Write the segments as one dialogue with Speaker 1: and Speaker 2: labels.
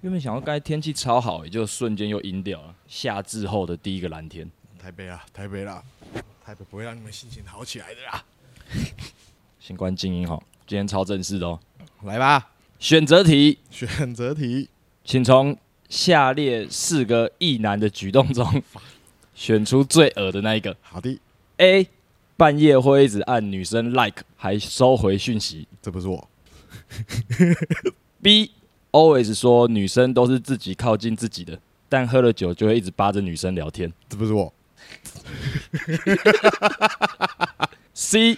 Speaker 1: 原本想要该天气超好，也就瞬间又阴掉了。夏至后的第一个蓝天，
Speaker 2: 台北啊，台北啦，台北不会让你们心情好起来的啦。
Speaker 1: 先关静音哈。今天超正式的哦。
Speaker 2: 来吧，
Speaker 1: 选择题，
Speaker 2: 选择题，
Speaker 1: 请从下列四个意男的举动中选出最恶的那一个。
Speaker 2: 好的，
Speaker 1: A. 半夜会一直按女生 like，还收回讯息。
Speaker 2: 这不是我，
Speaker 1: B. Always 说女生都是自己靠近自己的，但喝了酒就会一直扒着女生聊天。
Speaker 2: 这不是我，
Speaker 1: C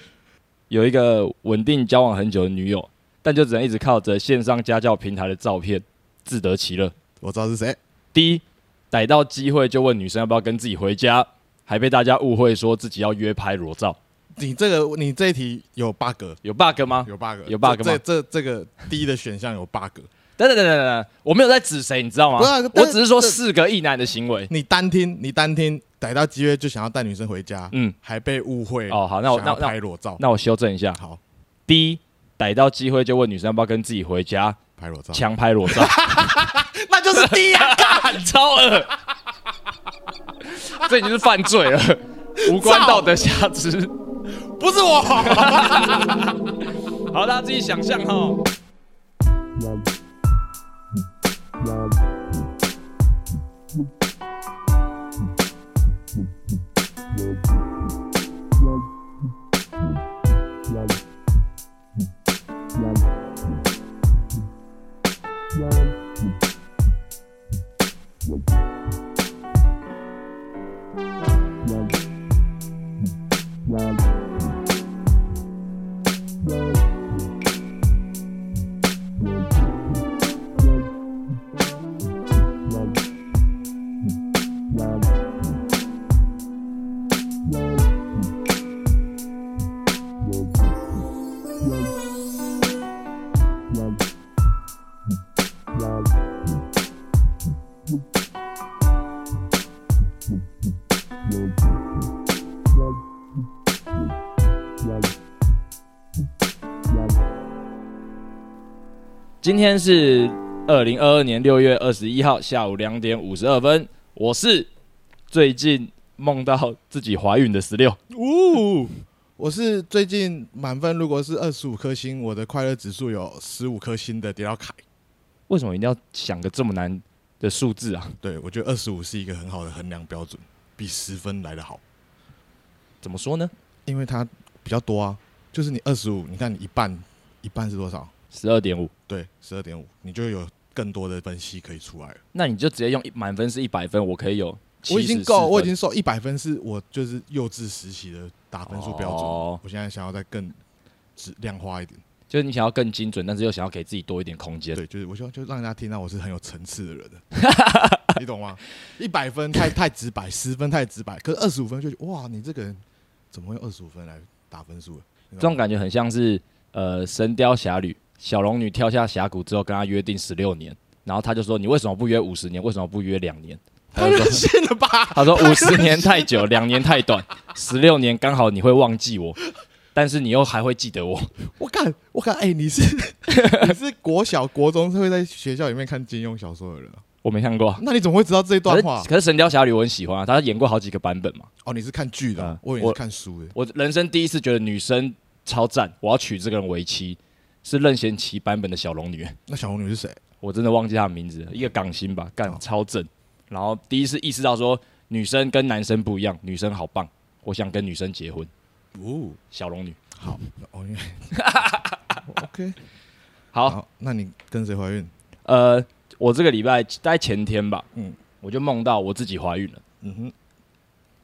Speaker 1: 有一个稳定交往很久的女友，但就只能一直靠着线上家教平台的照片自得其乐。
Speaker 2: 我知道是谁，
Speaker 1: D 逮到机会就问女生要不要跟自己回家，还被大家误会说自己要约拍裸照，
Speaker 2: 你这个你这一题有 bug，
Speaker 1: 有 bug 吗？
Speaker 2: 有 bug，
Speaker 1: 有 bug 吗
Speaker 2: 这这这个第一的选项有 bug，
Speaker 1: 等等等等等等，我没有在指谁，你知道吗？
Speaker 2: 不是啊但
Speaker 1: 我
Speaker 2: 是嗯
Speaker 1: 只是说
Speaker 2: 这
Speaker 1: 四个异男的行为。
Speaker 2: 你单听你单听逮到机会就想要带女生回家，
Speaker 1: 嗯，
Speaker 2: 还被误会
Speaker 1: 哦好那我
Speaker 2: 想要
Speaker 1: 那那
Speaker 2: 拍裸照，
Speaker 1: 那我修正一下
Speaker 2: 好，
Speaker 1: ，D 逮到机会就问女生要不要跟自己回家，
Speaker 2: 拍裸照，
Speaker 1: 强拍裸 照，
Speaker 2: 那就是啊 D 呀、
Speaker 1: 干超恶， 这已经是犯罪了，无关道德瑕疵。
Speaker 2: 不是我，
Speaker 1: 好，大家自己想象哈。今天是二零二二年六月二十一号下午两点五十二分，我是最近梦到自己怀孕的十六，
Speaker 2: 呜。 我是最近满分，如果是二十五颗星，我的快乐指数有十五颗星的迪奥凯。
Speaker 1: 为什么一定要想个这么难的数字啊？
Speaker 2: 对我觉得二十五是一个很好的衡量标准，比十分来的好，
Speaker 1: 怎么说呢？
Speaker 2: 因为它比较多啊。就是你二十五，你看你一半，一半是多少？
Speaker 1: 十二点五，
Speaker 2: 对，十二点五，你就有更多的分析可以出来了。
Speaker 1: 那你就直接用一满分是一百分，我可以有74分，
Speaker 2: 我已经够，我已经受一百分，是我就是幼稚时期的打分数标准。
Speaker 1: 哦
Speaker 2: 我现在想要再更质量化一点，
Speaker 1: 就是你想要更精准，但是又想要给自己多一点空间。
Speaker 2: 对，就是我希望就让大家听到我是很有层次的人 的，你懂吗？一百分太太直白，十分太直白，可是二十五分就觉得哇，你这个人怎么会用二十五分来打分数了？
Speaker 1: 这种感觉很像是呃《神雕侠侣》，小龙女跳下峡谷之后跟他约定十六年，然后他就说你为什么不约五十年？为什么不约两年？
Speaker 2: 太
Speaker 1: 他就
Speaker 2: 任
Speaker 1: 说
Speaker 2: 性了吧！
Speaker 1: 他说五十年太久，两年太短，十六年刚好你会忘记我，但是你又还会记得我。
Speaker 2: 我看，我看，哎、你是你是国小、国中是会在学校里面看金庸小说的人啊，
Speaker 1: 我没看过啊，
Speaker 2: 那你怎么会知道这一
Speaker 1: 可
Speaker 2: 段
Speaker 1: 是
Speaker 2: 话？
Speaker 1: 可是《神雕侠侣》我很喜欢啊，他演过好几个版本嘛。
Speaker 2: 哦，你是看剧的啊、
Speaker 1: 嗯
Speaker 2: 我以为你
Speaker 1: 我
Speaker 2: 是看书的。
Speaker 1: 我人生第一次觉得女生超赞，我要娶这个人为妻，是任贤齐版本的小龙女。
Speaker 2: 那小龙女是谁？
Speaker 1: 我真的忘记她的名字了，一个港星吧，干
Speaker 2: 嗯哦
Speaker 1: 超正。然后第一次意识到说，女生跟男生不一样，女生好棒，我想跟女生结婚。
Speaker 2: 哦，
Speaker 1: 小龙女，
Speaker 2: 好，哦， 因为 OK，
Speaker 1: 好，
Speaker 2: 好，那你跟谁怀孕？
Speaker 1: 呃，我这个礼拜在前天吧，嗯
Speaker 2: 嗯，
Speaker 1: 我就梦到我自己怀孕了，
Speaker 2: 嗯哼，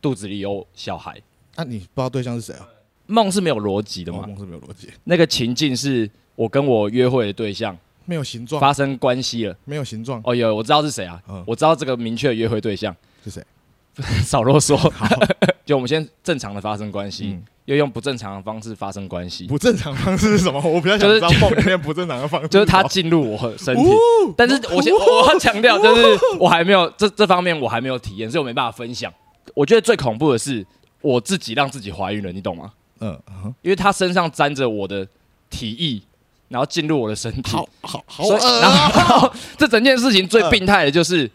Speaker 1: 肚子里有小孩。
Speaker 2: 那、你不知道对象是谁啊？
Speaker 1: 梦是没有逻辑的
Speaker 2: 我
Speaker 1: 嘛？
Speaker 2: 梦是没有逻辑，
Speaker 1: 那个情境是我跟我约会的对象
Speaker 2: 没有形状，
Speaker 1: 发生关系了。
Speaker 2: 没有形状
Speaker 1: 哦，有我知道是谁啊，
Speaker 2: 嗯
Speaker 1: 我知道这个明确的约会对象，
Speaker 2: 是谁？
Speaker 1: 少啰嗦。
Speaker 2: 好，
Speaker 1: 就我们先正常的发生关系，
Speaker 2: 嗯
Speaker 1: 又用不正常的方式发生关系。
Speaker 2: 不正常方式 是什么？我比较想
Speaker 1: 就是
Speaker 2: 知道梦里面不正常的方式。
Speaker 1: 就是他进入我身体，
Speaker 2: 哦
Speaker 1: 但是我先我要强调，就是我还没有这这方面我还没有体验，所以我没办法分享。我觉得最恐怖的是我自己让自己怀孕了，你懂吗？
Speaker 2: 嗯，嗯哼
Speaker 1: 因为他身上沾着我的体液，然后进入我的身体。
Speaker 2: 好好好
Speaker 1: 所以，
Speaker 2: 恶
Speaker 1: 然
Speaker 2: 啊！
Speaker 1: 后这整件事情最病态的就是，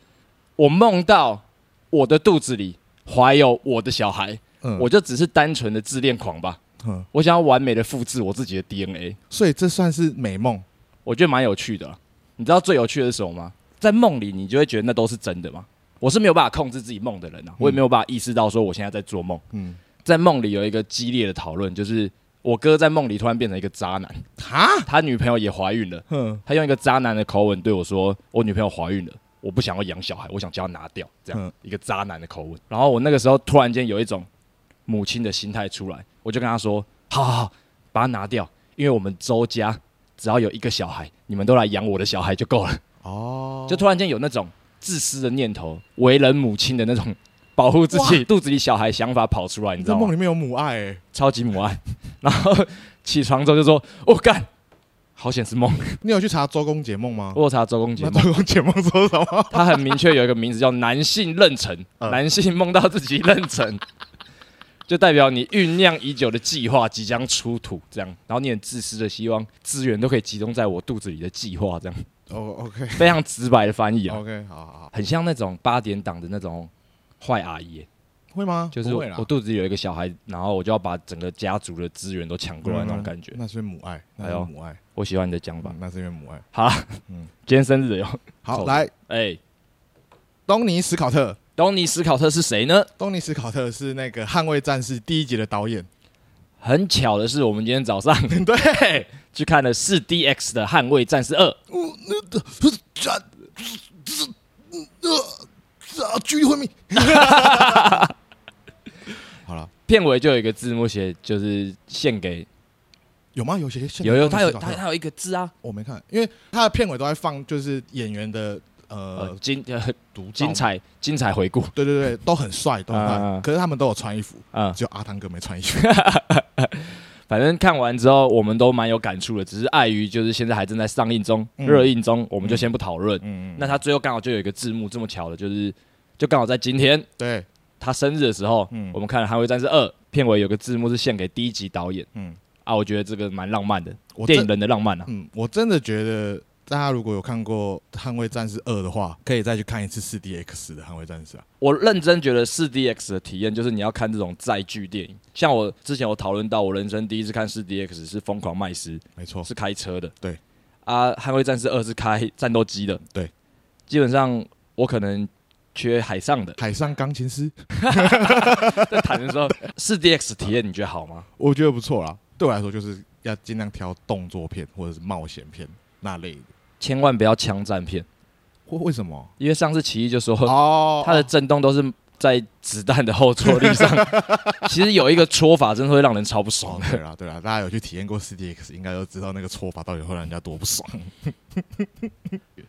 Speaker 1: 我梦到我的肚子里怀有我的小孩，
Speaker 2: 嗯
Speaker 1: 我就只是单纯的自恋狂吧。
Speaker 2: 嗯，
Speaker 1: 我想要完美的复制我自己的 DNA，
Speaker 2: 所以这算是美梦。
Speaker 1: 我觉得蛮有趣的啊。你知道最有趣的是什么吗？在梦里，你就会觉得那都是真的吗？我是没有办法控制自己梦的人啊，我也没有办法意识到说我现在在做梦。
Speaker 2: 嗯，
Speaker 1: 在梦里有一个激烈的讨论，就是我哥在梦里突然变成一个渣男，
Speaker 2: 哈，
Speaker 1: 他女朋友也怀孕了，
Speaker 2: 嗯
Speaker 1: 他用一个渣男的口吻对我说：“我女朋友怀孕了，我不想要养小孩，我想将她拿掉。”这样、
Speaker 2: 嗯
Speaker 1: 一个渣男的口吻。然后我那个时候突然间有一种母亲的心态出来，我就跟他说：“好好好，把它拿掉，因为我们周家只要有一个小孩，你们都来养我的小孩就够了。
Speaker 2: 哦，
Speaker 1: 就突然间有那种自私的念头，为人母亲的那种保护自己肚子里小孩想法跑出来，你知
Speaker 2: 这
Speaker 1: 道吗
Speaker 2: 梦？里面有母爱、欸，
Speaker 1: 超级母爱。然后起床之后就说：“我、干，好险是梦。
Speaker 2: 你有去查周公解梦吗？
Speaker 1: 我有查周公解
Speaker 2: 那
Speaker 1: 梦。
Speaker 2: 周公解梦说 什么？
Speaker 1: 他很明确有一个名字叫男性妊娠，
Speaker 2: 嗯
Speaker 1: 男性梦到自己妊娠， 就代表你酝酿已久的计划即将出土，这样，然后你很自私的希望资源都可以集中在我肚子里的计划， 这样，
Speaker 2: 哦，OK、o
Speaker 1: 非常直白的翻译
Speaker 2: k
Speaker 1: 啊，
Speaker 2: OK，好好好，
Speaker 1: 很像那种八点档的那种坏阿姨耶，
Speaker 2: 会吗？
Speaker 1: 就是
Speaker 2: 不
Speaker 1: 我
Speaker 2: 会啦
Speaker 1: 我肚子里有一个小孩，然后我就要把整个家族的资源都抢过来那种感觉。
Speaker 2: 啊那是母爱，那
Speaker 1: 哎
Speaker 2: 是
Speaker 1: 呦
Speaker 2: 母爱，
Speaker 1: 我喜欢你的讲法
Speaker 2: 嗯嗯。那是因为母爱。
Speaker 1: 好啦，
Speaker 2: 嗯
Speaker 1: 今天生日哟，
Speaker 2: 好，
Speaker 1: 走
Speaker 2: 来，
Speaker 1: 哎，
Speaker 2: 东尼·史考特，
Speaker 1: 东尼史考特是谁呢？
Speaker 2: 东尼·史考特是那个《捍卫战士》第一集的 导演。
Speaker 1: 很巧的是，我们今天早上
Speaker 2: 对，
Speaker 1: 去看了四 DX 的《捍卫战士二》，
Speaker 2: 战，呃，啊，居 昏迷。 好了，
Speaker 1: 片尾就有一个字幕写，就是献给
Speaker 2: 有吗？有写
Speaker 1: 有有，他有他
Speaker 2: 他，
Speaker 1: 他有一个字啊，
Speaker 2: 我没看，因为他的片尾都在放，就是演员的
Speaker 1: 呃
Speaker 2: 呃，
Speaker 1: 精呃
Speaker 2: 独
Speaker 1: 精
Speaker 2: 照嘛，
Speaker 1: 彩精彩回顾，
Speaker 2: 对对对，都很帅，都很
Speaker 1: 啊啊
Speaker 2: 帅
Speaker 1: 啊，
Speaker 2: 可是他们都有穿衣服，
Speaker 1: 嗯，
Speaker 2: 只有阿汤哥没穿 衣服。
Speaker 1: 反正看完之后我们都蛮有感触的，只是碍于就是现在还正在上映中、
Speaker 2: 嗯
Speaker 1: 热映中，我们就先不讨论。
Speaker 2: 嗯，
Speaker 1: 那他最后刚好就有一个字幕，这么巧的，就是就刚好在今天
Speaker 2: 对，
Speaker 1: 他生日的时候，
Speaker 2: 嗯
Speaker 1: 我们看了《捍卫战士二》，片尾有个字幕是献给第一集导演
Speaker 2: 嗯
Speaker 1: 啊，我觉得这个蛮浪漫的，
Speaker 2: 我
Speaker 1: 电影
Speaker 2: 真
Speaker 1: 人的浪漫啊。
Speaker 2: 嗯，我真的觉得。大家如果有看过《捍卫战士二》的话，可以再去看一次四 D X 的《捍卫战士》啊。
Speaker 1: 我认真觉得四 DX 的体验就是你要看这种载具电影，像我之前有讨论到，我人生第一次看四 DX 是《疯狂麦斯
Speaker 2: 没错》，，
Speaker 1: 是开车的，
Speaker 2: 哦对，
Speaker 1: 啊，《捍卫战士二》是开战斗机的，
Speaker 2: 对，，
Speaker 1: 基本上我可能缺海上的
Speaker 2: 海上钢琴师，
Speaker 1: 在谈的时候，四 DX 体验你觉得好吗？
Speaker 2: 我觉得不错啦。对我来说，就是要尽量挑动作片或者是冒险片那类的。
Speaker 1: 千万不要枪战片，
Speaker 2: 为为什么？
Speaker 1: 因为上次奇艺就说、
Speaker 2: 哦
Speaker 1: 呃它的震动都是在子弹的后坐力 上，其实有一个说法真的会让人超不爽
Speaker 2: 哦
Speaker 1: 的。
Speaker 2: 对啦对啦，大家有去体验过 4DX，应该都知道那个搓法到底会让人家多不爽。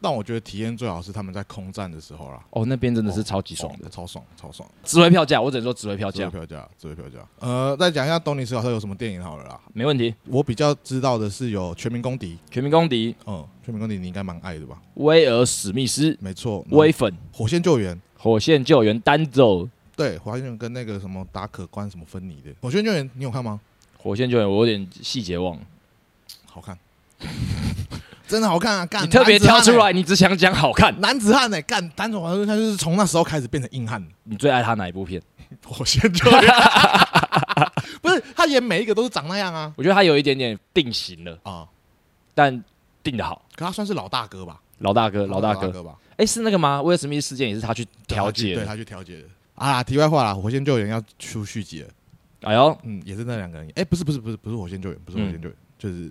Speaker 2: 但我觉得体验最好是他们在空战的时候啦，
Speaker 1: 哦，那边真的是超级爽的，
Speaker 2: 超爽超爽，
Speaker 1: 指挥票价，我只能说指挥票
Speaker 2: 值
Speaker 1: 价，
Speaker 2: 回票价，值回票价。呃，再讲一下东尼史考特有什么电影好了啦。
Speaker 1: 没问题。
Speaker 2: 我比较知道的是有《全民公敌》，
Speaker 1: 全民公敌、
Speaker 2: 嗯，《全民公敌》你应该蛮爱的吧？
Speaker 1: 威尔史密斯、
Speaker 2: 没错，
Speaker 1: 威
Speaker 2: 然
Speaker 1: 粉、
Speaker 2: 后火线救援，
Speaker 1: 火线救援单走。
Speaker 2: 对，火线救援跟那个什么达可关什么芬尼的火线救援，你有看吗？
Speaker 1: 火线救援我有点细节忘了，
Speaker 2: 好 看，真的好看啊！干，
Speaker 1: 你特别
Speaker 2: 男子
Speaker 1: 挑
Speaker 2: 汉
Speaker 1: 出
Speaker 2: 欸
Speaker 1: 来，你只想讲好看。
Speaker 2: 男子汉呢、干单总王他就是从那时候开始变成硬汉。
Speaker 1: 你最爱他哪一部片？
Speaker 2: 火线 救援，不是他演每一个都是长那样啊
Speaker 1: 我觉得他有一点点定型了，
Speaker 2: 啊！
Speaker 1: 但定的好。
Speaker 2: 可他算是老大哥吧？
Speaker 1: 老大哥，
Speaker 2: 他
Speaker 1: 老
Speaker 2: 是
Speaker 1: 大
Speaker 2: 大
Speaker 1: 哥，
Speaker 2: 哥吧？
Speaker 1: 哎，是那个吗？威尔史密斯事件也是他去调解
Speaker 2: 对
Speaker 1: 的。
Speaker 2: 他去调解的啊。题外话啦，火线救援要出续集了，
Speaker 1: 哎呦，
Speaker 2: 嗯，也是那两个人演。哎、不是不是不是不是火线救援，
Speaker 1: 嗯
Speaker 2: 不是火线救援，就是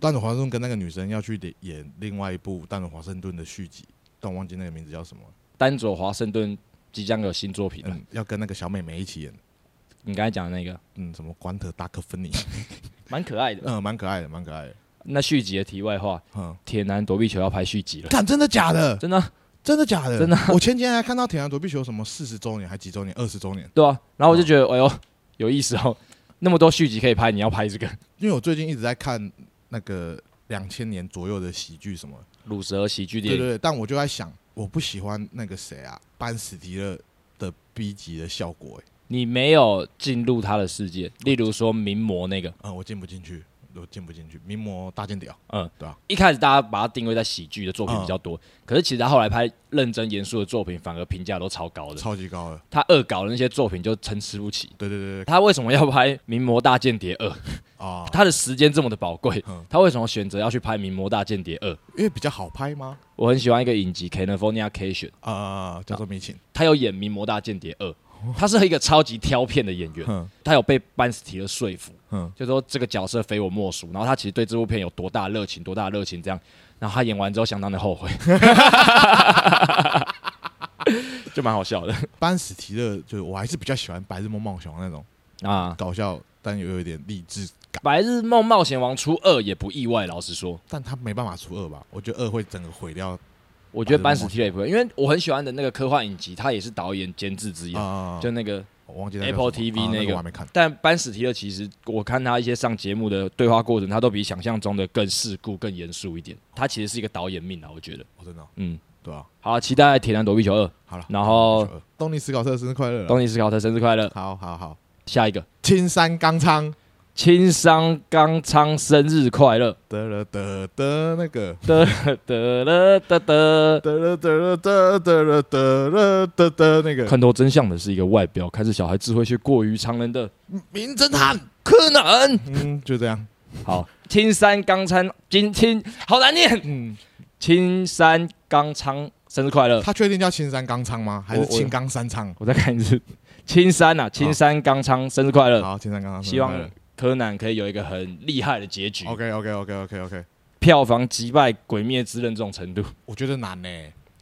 Speaker 2: 丹佐华盛顿跟那个女生要去演另外一部丹佐华盛顿的续集，但我忘记那个名字叫什么了。
Speaker 1: 丹佐华盛顿即将有新作品了。
Speaker 2: 嗯，要跟那个小美眉一起演，
Speaker 1: 你刚才讲的那个
Speaker 2: 嗯，什么关特达克芬尼，
Speaker 1: 蛮可爱的。
Speaker 2: 嗯，蛮可爱的，蛮可爱的。
Speaker 1: 那续集的题外话，
Speaker 2: 嗯，
Speaker 1: 铁男躲避球要拍续集了，
Speaker 2: 看真的假的？
Speaker 1: 真的啊、
Speaker 2: 真的假的？
Speaker 1: 真的。啊
Speaker 2: 我前几天还看到《铁男躲避球》什么四十周年，还几周年，二十周年。
Speaker 1: 对啊。然后我就觉得，哎呦，有意思哦， 那么多续集可以拍，你要拍这个《
Speaker 2: 因为我最近一直在看那个两千年左右的喜剧什么，
Speaker 1: 乳蛇喜剧电
Speaker 2: 对对
Speaker 1: 影》
Speaker 2: 对。但我就在想，我不喜欢那个谁啊，班史迪勒的 B 级的效果、欸，
Speaker 1: 哦你没有进入他的世界，例如说名模那个，
Speaker 2: 啊嗯，我进不进去。都进不进去。名模大间屌，
Speaker 1: 嗯，
Speaker 2: 对啊。
Speaker 1: 一开始大家把它定位在喜剧的作品比较多，可是其实他后来拍认真严肃的作品，反而评价都超高的。
Speaker 2: 超级高的，
Speaker 1: 他恶搞的那些作品就参差不齐。
Speaker 2: 对对对对
Speaker 1: 他为什么要拍《名模大间谍二》？
Speaker 2: 啊，
Speaker 1: 他的时间这么的宝贵
Speaker 2: 嗯，
Speaker 1: 他为什么选择要去拍《名模大间谍二》？
Speaker 2: 因为比较好拍吗？
Speaker 1: 我很喜欢一个影集《California Cation》，
Speaker 2: 啊，叫做米琴，
Speaker 1: 他有演《名模大间谍二》，他是一个超级挑片的演员，
Speaker 2: 哼
Speaker 1: 他有被班斯提勒说服，
Speaker 2: 哼，
Speaker 1: 就说这个角色非我莫属。然后他其实对这部片有多大热情，多大热情这样。然后他演完之后相当的后悔， 就蛮好笑的
Speaker 2: 班史提勒就是我还是比较喜欢《白日梦冒险王》那种
Speaker 1: 啊。
Speaker 2: 搞笑，但又有一点励志感，
Speaker 1: 白日梦冒险王出二也不意外，老实说，
Speaker 2: 但他没办法出二吧？我觉得二会整个毁掉
Speaker 1: 我觉得班斯提勒也不会，因为我很喜欢的那个科幻影集，他也是导演监制之一啊，
Speaker 2: 啊，
Speaker 1: 就那个
Speaker 2: 我忘记那个
Speaker 1: Apple
Speaker 2: 叫什么
Speaker 1: TV
Speaker 2: 啊
Speaker 1: 那
Speaker 2: 那
Speaker 1: 个
Speaker 2: 我还没看，
Speaker 1: 但班史提勒其实，我看他一些上节目的对话过程，他都比想象中的更世故、更严肃一点。他其实是一个导演命啊，我觉得。
Speaker 2: 我真的哦
Speaker 1: 嗯，
Speaker 2: 对啊，
Speaker 1: 好，期待《铁男躲避球二》，
Speaker 2: 好了，
Speaker 1: 然后
Speaker 2: 92东尼史考特生日快乐啦，啊
Speaker 1: 东尼斯考特生日快乐。
Speaker 2: 好好好，
Speaker 1: 下一个，
Speaker 2: 青山刚昌。
Speaker 1: 青商刚昌生日快乐。
Speaker 2: 得了得得那个
Speaker 1: 得得了得得。
Speaker 2: 得了得了得得了得了得得那个
Speaker 1: 看透真相的是一个外表看似小孩智慧却过于常人的
Speaker 2: 名侦探，
Speaker 1: 柯南。
Speaker 2: 嗯，就这样，
Speaker 1: 好，青山刚昌，今青好难念。
Speaker 2: 嗯，
Speaker 1: 青山刚昌生日快乐。
Speaker 2: 他确定叫青山刚昌吗？还
Speaker 1: 我
Speaker 2: 是
Speaker 1: 我
Speaker 2: 青冈三昌？
Speaker 1: 我再看一次，青山呐、啊，青山刚昌生日快乐！
Speaker 2: 好，青山刚
Speaker 1: 呃
Speaker 2: 昌生
Speaker 1: 希
Speaker 2: 日快乐，
Speaker 1: 望柯南可以有一个很厉害的结局，
Speaker 2: OK OK OK OK OK，
Speaker 1: 票房击败《鬼灭之刃》这种程度，
Speaker 2: 我觉得难呢、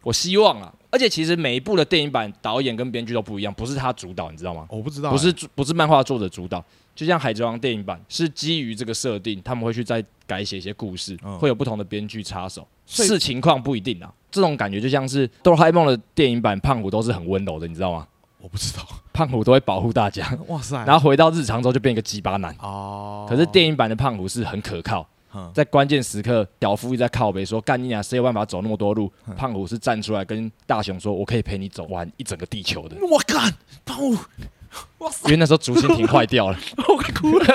Speaker 1: 我希望啊。而且其实每一部的电影版导演跟编剧都不一样，不是他主导，你知道吗？
Speaker 2: 我不知道欸、
Speaker 1: 不是主不是漫画作者主导，就像《海贼王》电影版是基于这个设定，他们会去再改写一些故事，
Speaker 2: 嗯
Speaker 1: 会有不同的编剧插手，
Speaker 2: 所以
Speaker 1: 是情况不一定啊。这种感觉就像是《哆啦 A 梦》的电影版，胖虎都是很温柔的，你知道吗？
Speaker 2: 我不知道。
Speaker 1: 胖虎都会保护大家，
Speaker 2: 哇塞，
Speaker 1: 然后回到日常之后就变一个鸡巴男。
Speaker 2: 哎哦，
Speaker 1: 可是电影版的胖虎是很可靠，
Speaker 2: 嗯
Speaker 1: 在关键时刻，小夫一直在靠北说：“干你俩谁有办法走那么多路？”
Speaker 2: 嗯
Speaker 1: 胖虎是站出来跟大雄说：“我可以陪你走完一整个地球的。
Speaker 2: 我干，帮我，哇”塞
Speaker 1: 因，为那时候竹蜻蜓坏掉了，
Speaker 2: 我快哭了，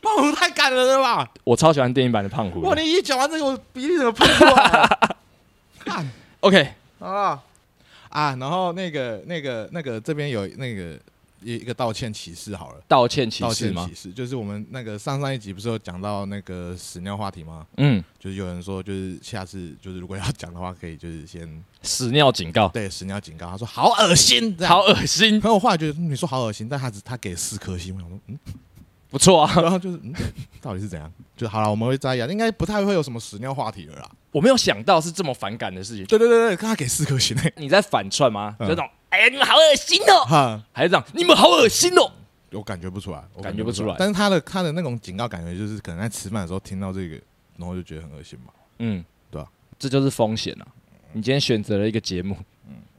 Speaker 2: 帮我太感人了吧！
Speaker 1: 我超喜欢电影版的胖虎
Speaker 2: 哇，
Speaker 1: 的。
Speaker 2: 你一讲完这个，我鼻涕怎么喷出来啊？ 看
Speaker 1: OK，
Speaker 2: 啊啊，然后那个那个那个这边有那个一一个道歉启示好了。
Speaker 1: 道歉启
Speaker 2: 道
Speaker 1: 事
Speaker 2: 歉
Speaker 1: 吗
Speaker 2: 启？示就是我们那个上上一集不是有讲到那个屎尿话题吗？
Speaker 1: 嗯，
Speaker 2: 就是有人说，就是下次就是如果要讲的话，可以就是先
Speaker 1: 屎尿警告，
Speaker 2: 对屎尿警告。他说好恶心，这样
Speaker 1: 好。恶心，
Speaker 2: 可我后来觉得嗯你说好恶心，但他只他给四颗星，我想说嗯，
Speaker 1: 不错啊。
Speaker 2: 然后就是嗯，到底是怎样？就好了，我们会再讲，应该不太会有什么屎尿话题了啦。
Speaker 1: 我没有想到是这么反感的事情。
Speaker 2: 对对对对，看他给四颗星欸
Speaker 1: 你在反串吗？
Speaker 2: 嗯
Speaker 1: 就那种，哎呀，你们好恶心哦，
Speaker 2: 哈，
Speaker 1: 还是这样，你们好恶心哦。
Speaker 2: 我感觉不出来，我
Speaker 1: 感觉不出来
Speaker 2: 但是他的他的那种警告感觉就是可能在吃饭的时候听到这个，然后就觉得很恶心嘛。
Speaker 1: 嗯，
Speaker 2: 对啊，
Speaker 1: 这就是风险啊。你今天选择了一个节目，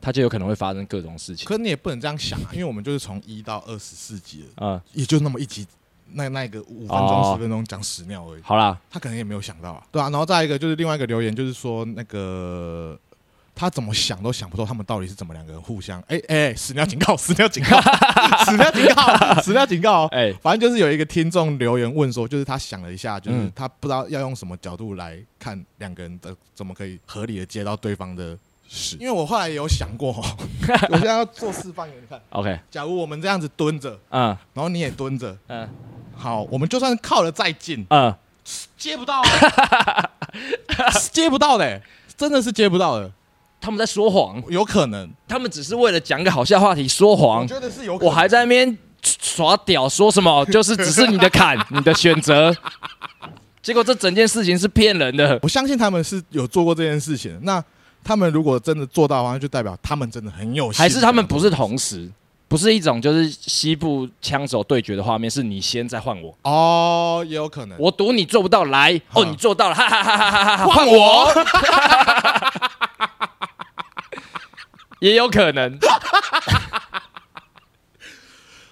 Speaker 1: 它就有可能会发生各种事情。
Speaker 2: 嗯可是你也不能这样想啊，因为我们就是从一到二十四集了，
Speaker 1: 嗯，
Speaker 2: 也就那么一集，那那个五分
Speaker 1: 哦
Speaker 2: 钟十分钟讲屎尿而已。
Speaker 1: 好啦，
Speaker 2: 他可能也没有想到啊，对啊，然后再一个就是另外一个留言，就是说那个他怎么想都想不透，他们到底是怎么两个人互相哎哎，死尿警告，死尿警告， 死尿警 告，死尿警告哦。
Speaker 1: 哎、
Speaker 2: 反正就是有一个听众留言问说，就是他想了一下，就是
Speaker 1: 嗯
Speaker 2: 他不知道要用什么角度来看两个人的怎么可以合理的接到对方的屎，因为我后来有想过 哦，我现在要做示范给你看，
Speaker 1: o k
Speaker 2: 假如我们这样子蹲着，
Speaker 1: 嗯
Speaker 2: 然后你也蹲着，
Speaker 1: 嗯
Speaker 2: 好，我们就算靠得再近，
Speaker 1: 嗯，
Speaker 2: 接不到、啊， 接不到的、真的是接不到的，
Speaker 1: 他们在说谎，
Speaker 2: 有可能，
Speaker 1: 他们只是为了讲个好笑话题说
Speaker 2: 我
Speaker 1: 谎。
Speaker 2: 觉得是有可能。
Speaker 1: 我还在那边耍屌，说什么就是只是你的 坎，你的选择。结果这整件事情是骗人的。
Speaker 2: 我相信他们是有做过这件事情的。那他们如果真的做到的话，那就代表他们真的很有心，
Speaker 1: 还是他们不是同时，不是一种就是西部枪手对决的画面，是你先再换我，
Speaker 2: 哦，也有可能。
Speaker 1: 我赌你做不到，来哦，
Speaker 2: 嗯
Speaker 1: 你做到了，哈哈哈哈哈哈，嗯换
Speaker 2: 换
Speaker 1: 我， 也有可 能。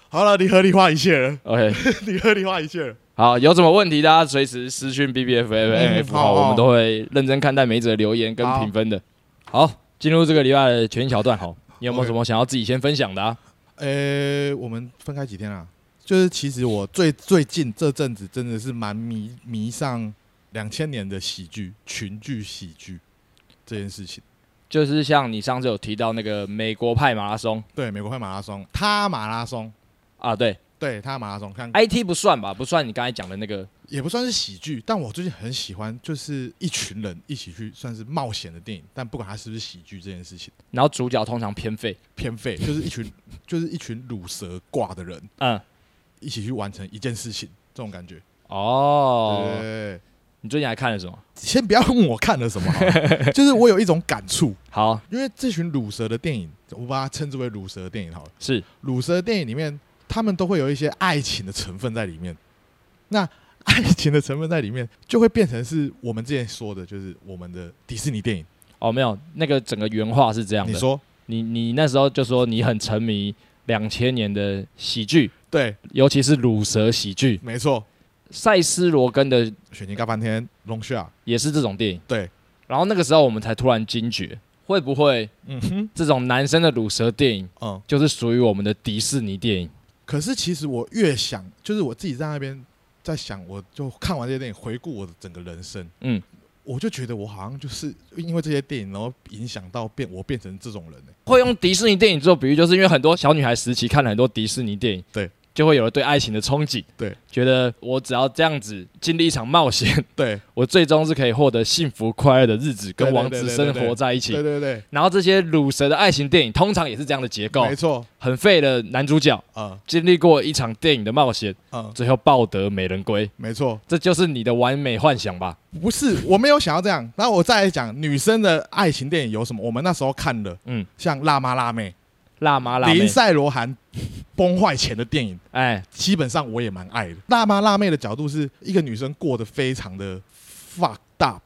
Speaker 2: 好了，你合理化一切 了，
Speaker 1: OK，
Speaker 2: 你合理化一切了。
Speaker 1: 好，有什么问题大家随时私讯 B B F F M
Speaker 2: 嗯
Speaker 1: F
Speaker 2: 好
Speaker 1: 号，
Speaker 2: 好
Speaker 1: 我们都会认真看待每一则留言跟
Speaker 2: 好
Speaker 1: 评分的。好，进入这个礼拜的全新桥段，好，你有没有
Speaker 2: OK
Speaker 1: 什么想要自己先分享的啊？
Speaker 2: 呃、我们分开几天啊？就是其实我最最近这阵子真的是蛮迷迷上两千年的喜剧群剧喜剧这件事情。
Speaker 1: 就是像你上次有提到那个美国派马拉松
Speaker 2: 对，美国快马拉松，他马拉松，
Speaker 1: 啊，对
Speaker 2: 对他马拉松，看
Speaker 1: ，IT 不算吧，不算你刚才讲的那个
Speaker 2: 也不算是喜剧，但我最近很喜欢，就是一群人一起去算是冒险的电影，但不管它是不是喜剧这件事情，
Speaker 1: 然后主角通常偏废，
Speaker 2: 偏废，就是一群就是一群乳蛇挂的人
Speaker 1: 嗯，
Speaker 2: 一起去完成一件事情，这种感觉。对对
Speaker 1: 哦，
Speaker 2: 对，对
Speaker 1: 你最近还看了什么？
Speaker 2: 先不要问我看了什么好了就是我有一种感触，
Speaker 1: 好，
Speaker 2: 因为这群乳蛇的电影，我把它称之为乳蛇的电影好了。
Speaker 1: 是
Speaker 2: 乳蛇的电影里面，他们都会有一些爱情的成分在里面。那爱情的成分在里面，就会变成是我们之前说的，就是我们的迪士尼电影。
Speaker 1: 哦，没有，那个整个原话是这样
Speaker 2: 你
Speaker 1: 的，
Speaker 2: 说
Speaker 1: 你你那时候就说你很沉迷两千年的喜剧，
Speaker 2: 对，
Speaker 1: 尤其是乳蛇喜剧，
Speaker 2: 没错。
Speaker 1: 塞斯罗根的
Speaker 2: 雪泥盖半天龙啊虾，
Speaker 1: 也是这种电影。
Speaker 2: 对，
Speaker 1: 然后那个时候我们才突然惊觉，会不会
Speaker 2: 嗯哼，
Speaker 1: 这种男生的乳蛇电影
Speaker 2: 嗯。
Speaker 1: 就是属于我们的迪士尼电影？
Speaker 2: 可是其实我越想，就是我自己在那边在想，我就看完这些电影，回顾我的整个人生，
Speaker 1: 嗯，
Speaker 2: 我就觉得我好像就是因为这些电影，然后影响到变我变成这种人、欸。
Speaker 1: 会用迪士尼电影做比喻，就是因为很多小女孩时期看了很多迪士尼电影，
Speaker 2: 对，
Speaker 1: 就会有了对爱情的憧憬，
Speaker 2: 对，
Speaker 1: 觉得我只要这样子经历一场冒险，
Speaker 2: 对，
Speaker 1: 我最终是可以获得幸福快乐的日子，跟
Speaker 2: 对对
Speaker 1: 王
Speaker 2: 对
Speaker 1: 子
Speaker 2: 对
Speaker 1: 生
Speaker 2: 对对
Speaker 1: 活在一起
Speaker 2: 对。对对，
Speaker 1: 然后这些乳蛇的爱情电影通常也是这样的结构
Speaker 2: 没，错，
Speaker 1: 很废的男主角
Speaker 2: 嗯
Speaker 1: 经历过一场电影的冒险，
Speaker 2: 嗯，
Speaker 1: 最后抱得美人归，
Speaker 2: 没错，
Speaker 1: 这就是你的完美幻想吧？
Speaker 2: 不是，我没有想要这样。那我再来讲女生的爱情电影有什么？我们那时候看的，
Speaker 1: 嗯，
Speaker 2: 像《辣妈辣妹
Speaker 1: 辣妈》辣
Speaker 2: 林
Speaker 1: 妹，
Speaker 2: 赛罗韩崩坏前的电影，
Speaker 1: 哎，
Speaker 2: 基本上我也蛮爱的。《辣妈辣妹》的角度是一个女生过得非常的 fuck up，fuck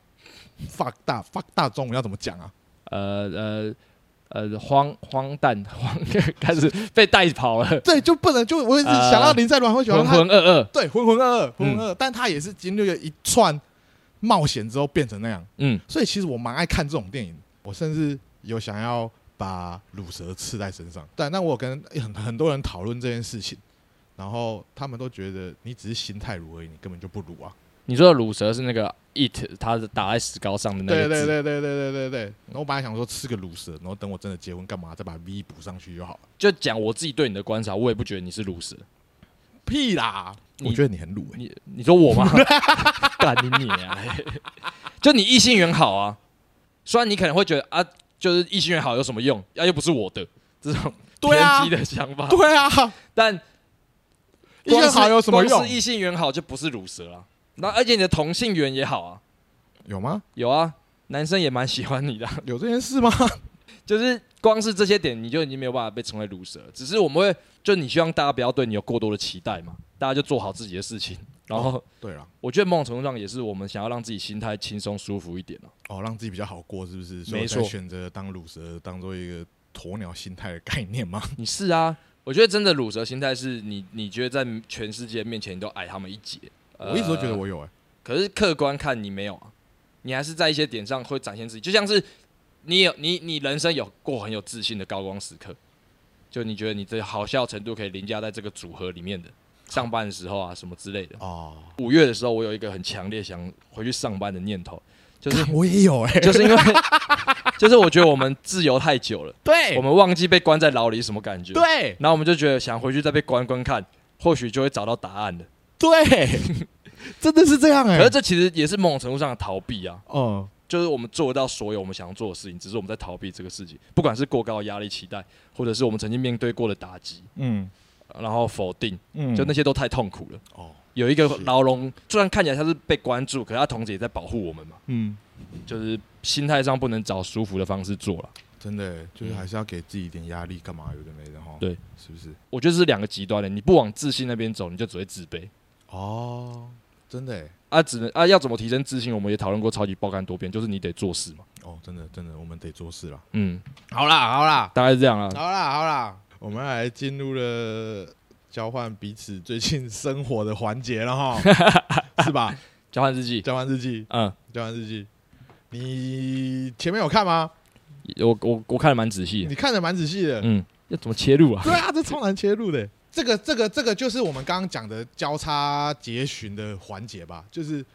Speaker 2: up，fuck up 中文要怎么讲啊？
Speaker 1: 呃呃呃，荒荒诞，荒 开始被带跑了，
Speaker 2: 对，就不能就我一直想到林赛罗韩会喜欢
Speaker 1: 浑
Speaker 2: 她，
Speaker 1: 浑噩噩。
Speaker 2: 对，浑浑噩噩，浑
Speaker 1: 嗯
Speaker 2: 浑噩噩，但她也是经历了一串冒险之后变成那样。
Speaker 1: 嗯，
Speaker 2: 所以其实我蛮爱看这种电影，我甚至有想要把乳蛇刺在身上。但那我有跟很很多人讨论这件事情，然后他们都觉得你只是心态乳而已，你根本就不乳啊。
Speaker 1: 你说的乳蛇是那个 it，它是打在石膏上的那
Speaker 2: 对
Speaker 1: 个字。
Speaker 2: 对对对对对对对。然后我本来想说吃个乳蛇，然后等我真的结婚干嘛，再把 V 补上去就好了。
Speaker 1: 就讲我自己对你的观察，我也不觉得你是乳蛇。
Speaker 2: 屁啦！
Speaker 1: 你
Speaker 2: 我觉得你很乳欸
Speaker 1: 你你说我吗？ 干你你啊！就你异性缘好啊，虽然你可能会觉得啊，就是异性缘好有什么用？啊，又不是我的这种
Speaker 2: 对啊
Speaker 1: 偏激的想法。
Speaker 2: 对啊，
Speaker 1: 但
Speaker 2: 一个好有什么
Speaker 1: 光
Speaker 2: 用
Speaker 1: 是？异性缘好就不是乳蛇啊。那而且你的同性缘也好啊，
Speaker 2: 有吗？
Speaker 1: 有啊，男生也蛮喜欢你的 啊、
Speaker 2: 有这件事吗？
Speaker 1: 就是光是这些点，你就已经没有办法被称为乳蛇。只是我们会，就你希望大家不要对你有过多的期待嘛，大家就做好自己的事情。然后，
Speaker 2: 对了，
Speaker 1: 我觉得某种程度上也是我们想要让自己心态轻松舒服一点啊。
Speaker 2: 哦，让自己比较好过，是不是？所
Speaker 1: 没
Speaker 2: 以我
Speaker 1: 错
Speaker 2: 才选择当乳蛇当做一个鸵鸟心态的概念吗？
Speaker 1: 你是啊，我觉得真的乳蛇心态是你，你觉得在全世界面前你都矮他们一截。
Speaker 2: 我一直都觉得
Speaker 1: 呃
Speaker 2: 我有哎、
Speaker 1: 可是客观看你没有啊，你还是在一些点上会展现自己，就像是你有你你人生有过很有自信的高光时刻，就你觉得你的好笑程度可以凌驾在这个组合里面的上班的时候啊什么之类的。
Speaker 2: 哦，
Speaker 1: 五月的时候，我有一个很强烈想回去上班的念头，就是
Speaker 2: 我也有哎、
Speaker 1: 就是因为 就是我觉得我们自由太久了，
Speaker 2: 对
Speaker 1: 我们忘记被关在牢里是什么感觉，，
Speaker 2: 哎对
Speaker 1: 然后我们就觉得想回去再被关关看，或许就会找到答案的。
Speaker 2: 对，真的是这样哎、
Speaker 1: 可是这其实也是某种程度上的逃避啊。
Speaker 2: 哦，
Speaker 1: 就是我们做得到所有我们想要做的事情，只是我们在逃避这个事情，不管是过高的压力期待，或者是我们曾经面对过的打击，呃
Speaker 2: 嗯
Speaker 1: 然后否定，
Speaker 2: 嗯
Speaker 1: 就那些都太痛苦了。
Speaker 2: 哦，
Speaker 1: 有一个
Speaker 2: 是
Speaker 1: 牢笼，虽然看起来它是被关注，可是它同时也在保护我们嘛，
Speaker 2: 嗯，
Speaker 1: 就是心态上不能找舒服的方式做了。
Speaker 2: 真的、欸、就是还是要给自己一点压力，干嘛有的没的哈，
Speaker 1: 对，
Speaker 2: 是不是？
Speaker 1: 我觉得这是两个极端的，你不往自信那边走，你就只会自卑
Speaker 2: 哦，真的、欸、
Speaker 1: 啊，只能啊，要怎么提升自信？我们也讨论过超级爆肝多遍，就是你得做事嘛，
Speaker 2: 哦，真的真的，我们得做事了。
Speaker 1: 嗯，
Speaker 2: 好啦好啦
Speaker 1: 大概是这样啊。
Speaker 2: 好啦好啦，我们来进入了交换彼此最近生活的环节了哈，是吧？
Speaker 1: 交换日记，
Speaker 2: 交换日记，
Speaker 1: 嗯，
Speaker 2: 交换日记，你前面有看吗？
Speaker 1: 我我我看的蛮仔细的，
Speaker 2: 你看的蛮仔细的，
Speaker 1: 嗯嗯，要怎么切入啊？
Speaker 2: 对啊，这超难切入的。这个这个这个就是我们刚刚讲的交叉结询的环节吧，就是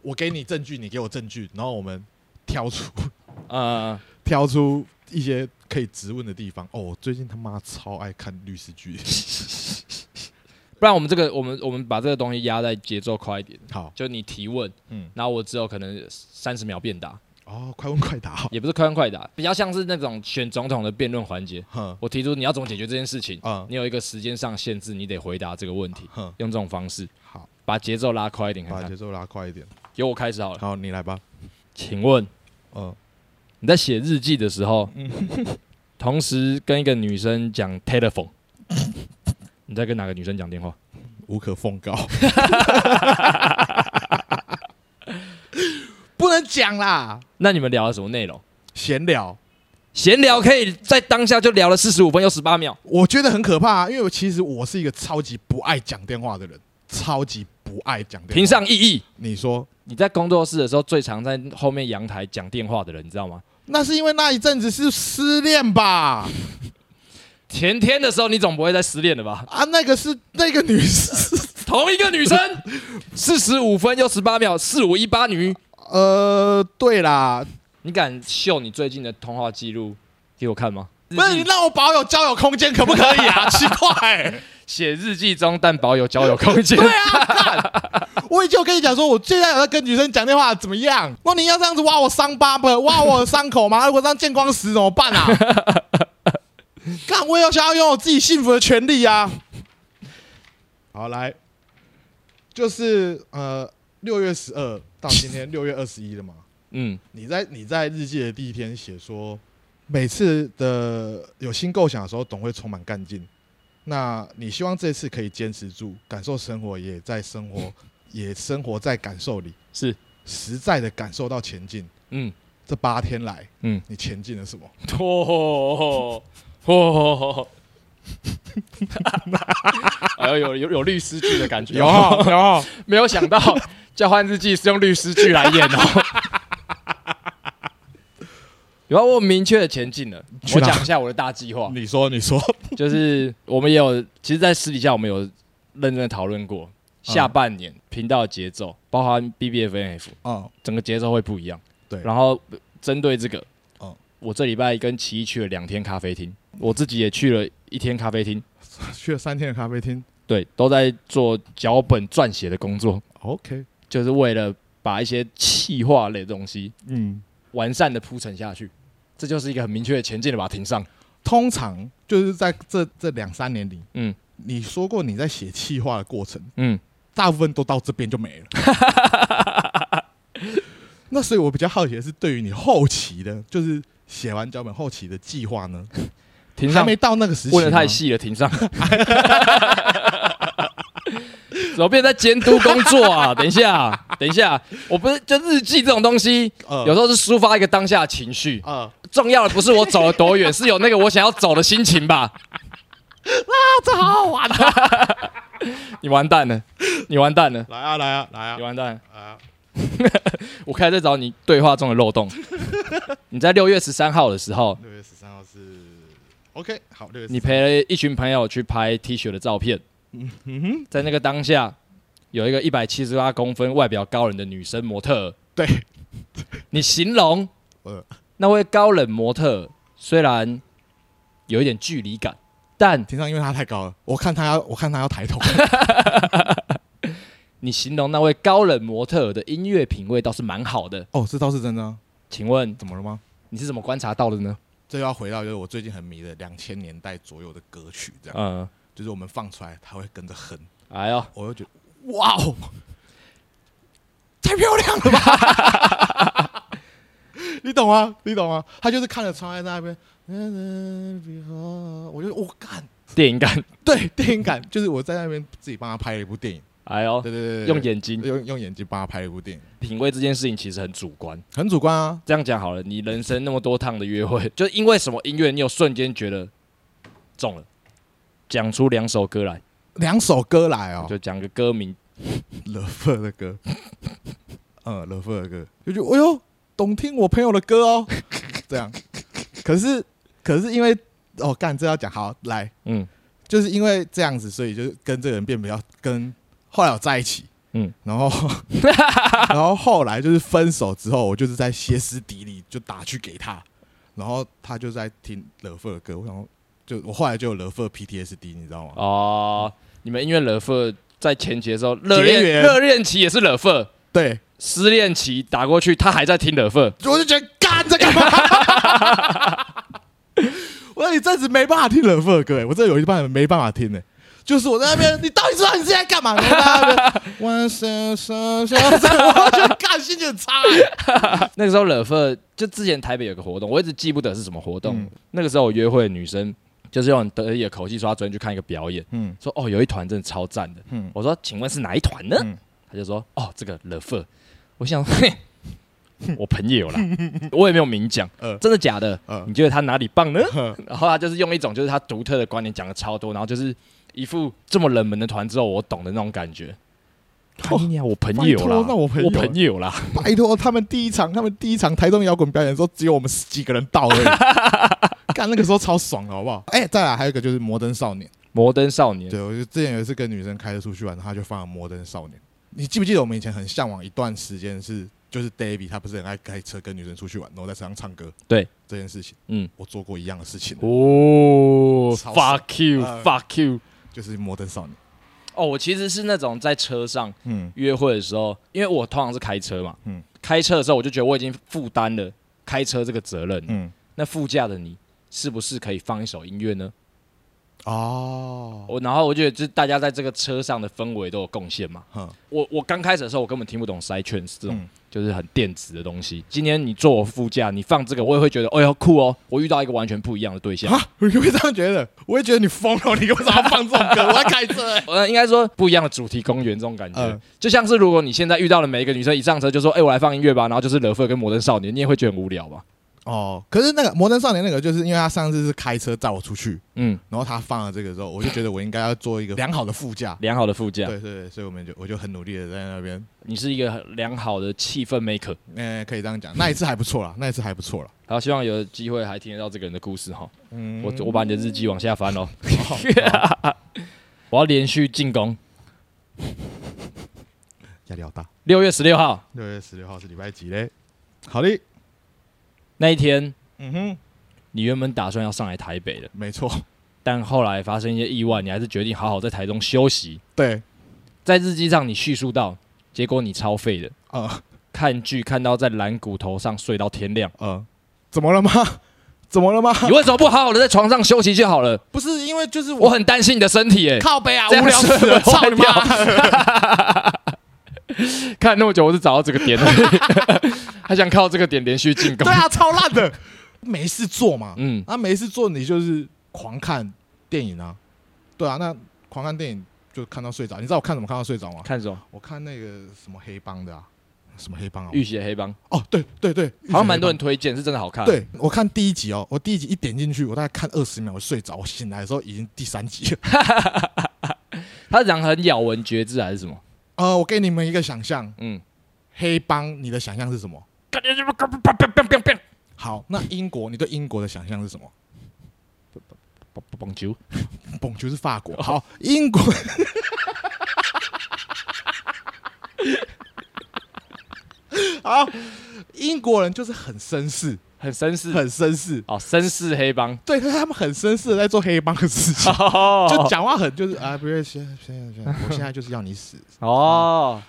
Speaker 2: 我给你证据，你给我证据，然后我们挑出
Speaker 1: 呃，
Speaker 2: 挑出一些可以质问的地方。哦，我最近他妈超爱看律师剧。
Speaker 1: 不然我们这个我们我们把这个东西压在节奏快一点，
Speaker 2: 好，
Speaker 1: 就你提问，
Speaker 2: 嗯，
Speaker 1: 然后我只有可能三十秒辩答，
Speaker 2: 哦，快问快答、哦，
Speaker 1: 也不是快问快答，比较像是那种选总统的辩论环节。
Speaker 2: 哼
Speaker 1: 我提出你要怎么解决这件事情，
Speaker 2: 嗯
Speaker 1: 你有一个时间上限制，你得回答这个问题，
Speaker 2: 哼，
Speaker 1: 用这种方式
Speaker 2: 好，
Speaker 1: 把节奏拉快一点看
Speaker 2: 把
Speaker 1: 看。
Speaker 2: 节奏拉快一点。
Speaker 1: 由我开始好了，
Speaker 2: 好，你来吧。
Speaker 1: 请问
Speaker 2: 嗯，
Speaker 1: 你在写日记的时候， 同时跟一个女生讲 telephone，你在跟哪个女生讲电话？
Speaker 2: 无可 奉告， 不能讲啦，
Speaker 1: 那你们聊了什么内容？
Speaker 2: 闲聊。
Speaker 1: 闲聊可以在当下就聊了四十五分又十八秒，
Speaker 2: 我觉得很可怕、啊，因为我其实我是一个超级不爱讲电话的人，超级不爱讲电话。
Speaker 1: 评上异议。
Speaker 2: 你说，
Speaker 1: 你在工作室的时候最常在后面阳台讲电话的人，你知道吗？
Speaker 2: 那是因为那一阵子是失恋吧？
Speaker 1: 前天的时候你总不会再失恋了吧？
Speaker 2: 啊，那个是那个女士，
Speaker 1: 同一个女生，四十五分又十八秒，四五一八女，
Speaker 2: 呃，对啦，
Speaker 1: 你敢秀你最近的通话记录给我看吗？
Speaker 2: 不 是你让我保有交友空间可不可以 啊？奇怪、
Speaker 1: 写日记中，但保有交友空间。
Speaker 2: 对啊，干我已经有跟你讲说，我现在有在跟女生讲电话，怎么样？那你要这样子挖我伤疤不？挖我的伤口吗？如果 这样见光死怎么办啊？ 干，我也有想要拥有自己幸福的权利啊！好，来，就是呃，六月十二到今天六月二十一了嘛？
Speaker 1: 嗯，
Speaker 2: 你在你在日记的第一天写说，每次的有新构想的时候，总会充满干劲。那你希望这次可以坚持住，感受生活，也在生 活，也生活在感受里，
Speaker 1: 是，
Speaker 2: 实在的感受到前进。
Speaker 1: 嗯，
Speaker 2: 这八天来，
Speaker 1: 嗯，
Speaker 2: 你前进了什么？
Speaker 1: 哦嚯嚯！哦 哎呦，有有有律师剧的感 觉，
Speaker 2: 有，
Speaker 1: 没有 想到《交换日记》是用律师剧来演哦。有啊，我明确的前进了。
Speaker 2: 去
Speaker 1: 我
Speaker 2: 哪
Speaker 1: 讲一下我的大计划，
Speaker 2: 你说，你说，
Speaker 1: 就是我们也有，其实，在私底下我们有认真的讨论过，下半年频道的节奏，包含 B B F N F，
Speaker 2: 哦，
Speaker 1: 整个节奏会不一样。
Speaker 2: 对
Speaker 1: 然后呃针对这个，
Speaker 2: 嗯
Speaker 1: 我这礼拜跟奇艺去了两天咖啡厅，我自己也去了一天咖啡厅，
Speaker 2: 去了三天的咖啡厅
Speaker 1: 对，都在做脚本撰写的工作，
Speaker 2: ，OK，
Speaker 1: 就是为了把一些气化类的东西
Speaker 2: 嗯，
Speaker 1: 完善的铺陈下去，这就是一个很明确的前进的把它停上。
Speaker 2: 通常就是在这这两三年里，
Speaker 1: 嗯
Speaker 2: 你说过你在写企划的过程，
Speaker 1: 嗯，
Speaker 2: 大部分都到这边 就没了。那所以我比较好奇的是，对于你后期的，就是写完脚本后期的计划呢，
Speaker 1: 停
Speaker 2: 还
Speaker 1: 上
Speaker 2: 没到那个时期吗，
Speaker 1: 问的太细了，停上。 怎么变在监督工作啊？ 等一下，等一下，我不是就日记这种东西，
Speaker 2: 呃，
Speaker 1: 有时候是抒发一个当下的情绪，
Speaker 2: 呃，
Speaker 1: 重要的不是我走了多远，是有那个我想要走的心情吧？
Speaker 2: 啊，这好好玩啊！
Speaker 1: 你完蛋了，你完蛋了，
Speaker 2: 来啊，来啊，来
Speaker 1: 你
Speaker 2: 啊，
Speaker 1: 完蛋了！
Speaker 2: 来啊！
Speaker 1: 我开始在找你对话中的漏 洞。你在六月十三号的时候，
Speaker 2: 六月十三号是 OK，好，六月
Speaker 1: 你陪了一群朋友去拍 T 恤的照片，
Speaker 2: 嗯
Speaker 1: 在那个当下，有一个一百七十八公分、外表高冷的女生模特儿，
Speaker 2: 对，
Speaker 1: 你形容
Speaker 2: 呃
Speaker 1: 那位高冷模特儿虽然有一点距离感，但
Speaker 2: 庭上，因为他太高了，我看他要，我看他要 抬头。
Speaker 1: 你形容那位高冷模特儿的音乐品味倒是蛮好的。
Speaker 2: 哦，这倒是真的啊，
Speaker 1: 请问
Speaker 2: 怎么了吗？
Speaker 1: 你是怎么观察到的呢？
Speaker 2: 这又要回到就是我最近很迷的两千年代左右的歌曲，这样，
Speaker 1: 嗯，
Speaker 2: 就是我们放出来，他会跟着哼。
Speaker 1: 哎呦，
Speaker 2: 我就觉得，哇哦，太漂亮了吧！ 你懂吗？你懂吗？他就是看着窗外在那边，嗯我就我干、
Speaker 1: 电影感，
Speaker 2: 对 电影感，就是我在那边自己帮他拍了一部电影，
Speaker 1: 哎呦
Speaker 2: 对，对对对，
Speaker 1: 用眼睛
Speaker 2: 哦用用眼睛帮他拍了一部电影，
Speaker 1: 品味这件事情其实很主观。
Speaker 2: 很主观啊，
Speaker 1: 这样讲好了，你人生那么多趟的约会， 就因为什么音乐，你有瞬间觉得中了，讲出两首歌来，
Speaker 2: 两首歌来哦，
Speaker 1: 就讲个歌名，
Speaker 2: 乐富的歌， 嗯，乐富的歌，就觉得哎呦，懂听我朋友的歌哦，这样。可是可是因为哦，干这要讲好来，
Speaker 1: 嗯，
Speaker 2: 就是因为这样子，所以就是跟这个人变比较跟，后来有在一起，
Speaker 1: 嗯
Speaker 2: 嗯，然后然后后来就是分手之后，我就是在歇斯底里就打去给他，然后他就在听勒夫的歌，我想说就我后来就有勒夫的 PTSD，你知道吗？
Speaker 1: 哦，你们因为惹份在前期的时候，热
Speaker 2: 结
Speaker 1: 恋
Speaker 2: 缘
Speaker 1: 热恋期也是惹份，
Speaker 2: 对，
Speaker 1: 失恋期打过去，他还在听惹份，
Speaker 2: 我就觉得干这干 嘛？我有一阵子没办法听冷风的歌、欸，我真的有一半没办法听呢、就是我在那边，你到底知道你是在干嘛？然后在那 边我想说想说我就干心情很差、欸。
Speaker 1: 那个时候惹份就之前台北有个活动，我一直记不得是什么活动。
Speaker 2: 嗯
Speaker 1: 那个时候我约会的女生就是用很得意的口气说她昨天去看一个表演，
Speaker 2: 嗯
Speaker 1: 说哦有一团真的超赞的。
Speaker 2: 嗯
Speaker 1: 我说请问是哪一团呢？
Speaker 2: 嗯
Speaker 1: 她就说哦这个惹份。我想嘿，我朋友 啦，我也没有明讲，
Speaker 2: 呃
Speaker 1: 真的假的？
Speaker 2: 呃
Speaker 1: 你觉得他哪里棒呢？
Speaker 2: 呵
Speaker 1: 然后他就是用一种就是他独特的观点讲的超多，然后就是一副这么冷门的团之后我懂的那种感觉。
Speaker 2: 哦
Speaker 1: 哎呀，我朋友
Speaker 2: 拜
Speaker 1: 啦
Speaker 2: 托，那我朋友
Speaker 1: 我朋友啦，
Speaker 2: 拜托，他们第一场，他们第一场台中摇滚表演的时候，只有我们十几个人到而已。 干那个时候超爽的，好不好？哎、再来还有一个就是《摩登少年》
Speaker 1: 摩登少年，
Speaker 2: 对，我就之前有一次跟女生开车出去玩，她就放了《摩登少年》。你记不记得我们以前很向往一段时间是，就是 David 他不是很爱开车跟女生出去玩，然后在车上唱歌，
Speaker 1: 对
Speaker 2: 这件事情，
Speaker 1: 嗯
Speaker 2: 嗯，我做过一样的事情，
Speaker 1: 哦
Speaker 2: 超爽
Speaker 1: ，fuck you，fuck
Speaker 2: 呃
Speaker 1: you，, fuck you
Speaker 2: 就是《摩登少年》。
Speaker 1: 哦，我其实是那种在车上
Speaker 2: 嗯，
Speaker 1: 约会的时候，因为我通常是开车嘛，
Speaker 2: 嗯
Speaker 1: 开车的时候我就觉得我已经负担了开车这个责任了。
Speaker 2: 嗯，
Speaker 1: 那副驾的你是不是可以放一首音乐呢？
Speaker 2: 哦，
Speaker 1: 我然后我觉得就是大家在这个车上的氛围都有贡献嘛。
Speaker 2: 哼，
Speaker 1: 我我刚开始的时候我根本听不懂 side chains 这种、
Speaker 2: 嗯
Speaker 1: 就是很电子的东西。今天你坐我副驾，你放这个，我也会觉得，哎呦酷哦，我遇到一个完全不一样的对象。
Speaker 2: 啊， 你会这样觉得？我也觉得你疯了，你为什么要放这种歌？我在开车、欸，
Speaker 1: 呃，应该说不一样的主题公园这种感觉，
Speaker 2: 嗯
Speaker 1: 就像是如果你现在遇到了每一个女生一上车就说：“哎、我来放音乐吧。”然后就是惹份跟摩登少年，你也会觉得很无聊吧？
Speaker 2: 哦，可是那个《摩登少年》那个，就是因为他上次是开车载我出去，
Speaker 1: 嗯，
Speaker 2: 然后他放了这个之后，我就觉得我应该要做一个良好的副 驾。
Speaker 1: 良好的副驾，
Speaker 2: 对对对，所以我们就我就很努力的在那边
Speaker 1: 你是一个很良好的气氛 maker。
Speaker 2: 呃，可以这样讲，那一次还不错啦，那一次还不错啦。
Speaker 1: 好，希望有机会还听得到这个人的故事哈。
Speaker 2: 嗯
Speaker 1: 我我把你的日记往下翻喽，
Speaker 2: 好
Speaker 1: 我要连续进攻。
Speaker 2: 压力好大。
Speaker 1: 六月十六号
Speaker 2: 六月十六号是礼拜几嘞？好的，
Speaker 1: 那一天，
Speaker 2: 嗯哼，
Speaker 1: 你原本打算要上来台北的，
Speaker 2: 没错，
Speaker 1: 但后来发生一些意外，你还是决定好好在台中休息。
Speaker 2: 对，
Speaker 1: 在日记上你叙述到，结果你超废的。
Speaker 2: 呃
Speaker 1: 看剧看到在蓝骨头上睡到天 亮，
Speaker 2: 呃，怎么了吗？ 怎么了吗？
Speaker 1: 你为什么不好好的在床上休息就好了？
Speaker 2: 不是因为就是
Speaker 1: 我很担心你的身体、欸，
Speaker 2: 靠背啊，
Speaker 1: 这样
Speaker 2: 无聊死了，
Speaker 1: 是
Speaker 2: 操你妈！
Speaker 1: 看那么久，我是找到这个点了， 还想靠这个点连续进攻
Speaker 2: 对。啊，超烂的，没事做嘛，
Speaker 1: 嗯，
Speaker 2: 啊，没事做你就是狂看电影啊，对啊，那狂看电影就看到睡着，你知道我看什么看到睡着吗？
Speaker 1: 看什么？
Speaker 2: 我看那个什么黑帮的啊，什么黑帮啊？
Speaker 1: 浴血黑帮，
Speaker 2: 哦，对对对，
Speaker 1: 好像蛮多
Speaker 2: 人。
Speaker 1: 人推荐，是真的好看。，
Speaker 2: 对我看第一集哦，我第一集一点进去，我大概看二十秒，我睡着，我醒来的时候已经第三集了。
Speaker 1: 他讲很咬文嚼字还是什么？
Speaker 2: 呃，我给你们一个想象，
Speaker 1: 嗯，
Speaker 2: 黑帮，你的想象是什么？好，那英国，你对英国的想象是 什么？
Speaker 1: 棒棒球，
Speaker 2: 棒球是法
Speaker 1: 哦
Speaker 2: 国，好，英国。好，英国人就是很绅士，
Speaker 1: 很绅士
Speaker 2: 很绅士，
Speaker 1: 哦，绅士黑帮。
Speaker 2: 对，可是他们很绅士的在做黑帮的事情，
Speaker 1: 哦
Speaker 2: 就讲话很就是啊，不是，现在现在现在，我现在就是要你死，
Speaker 1: 哦，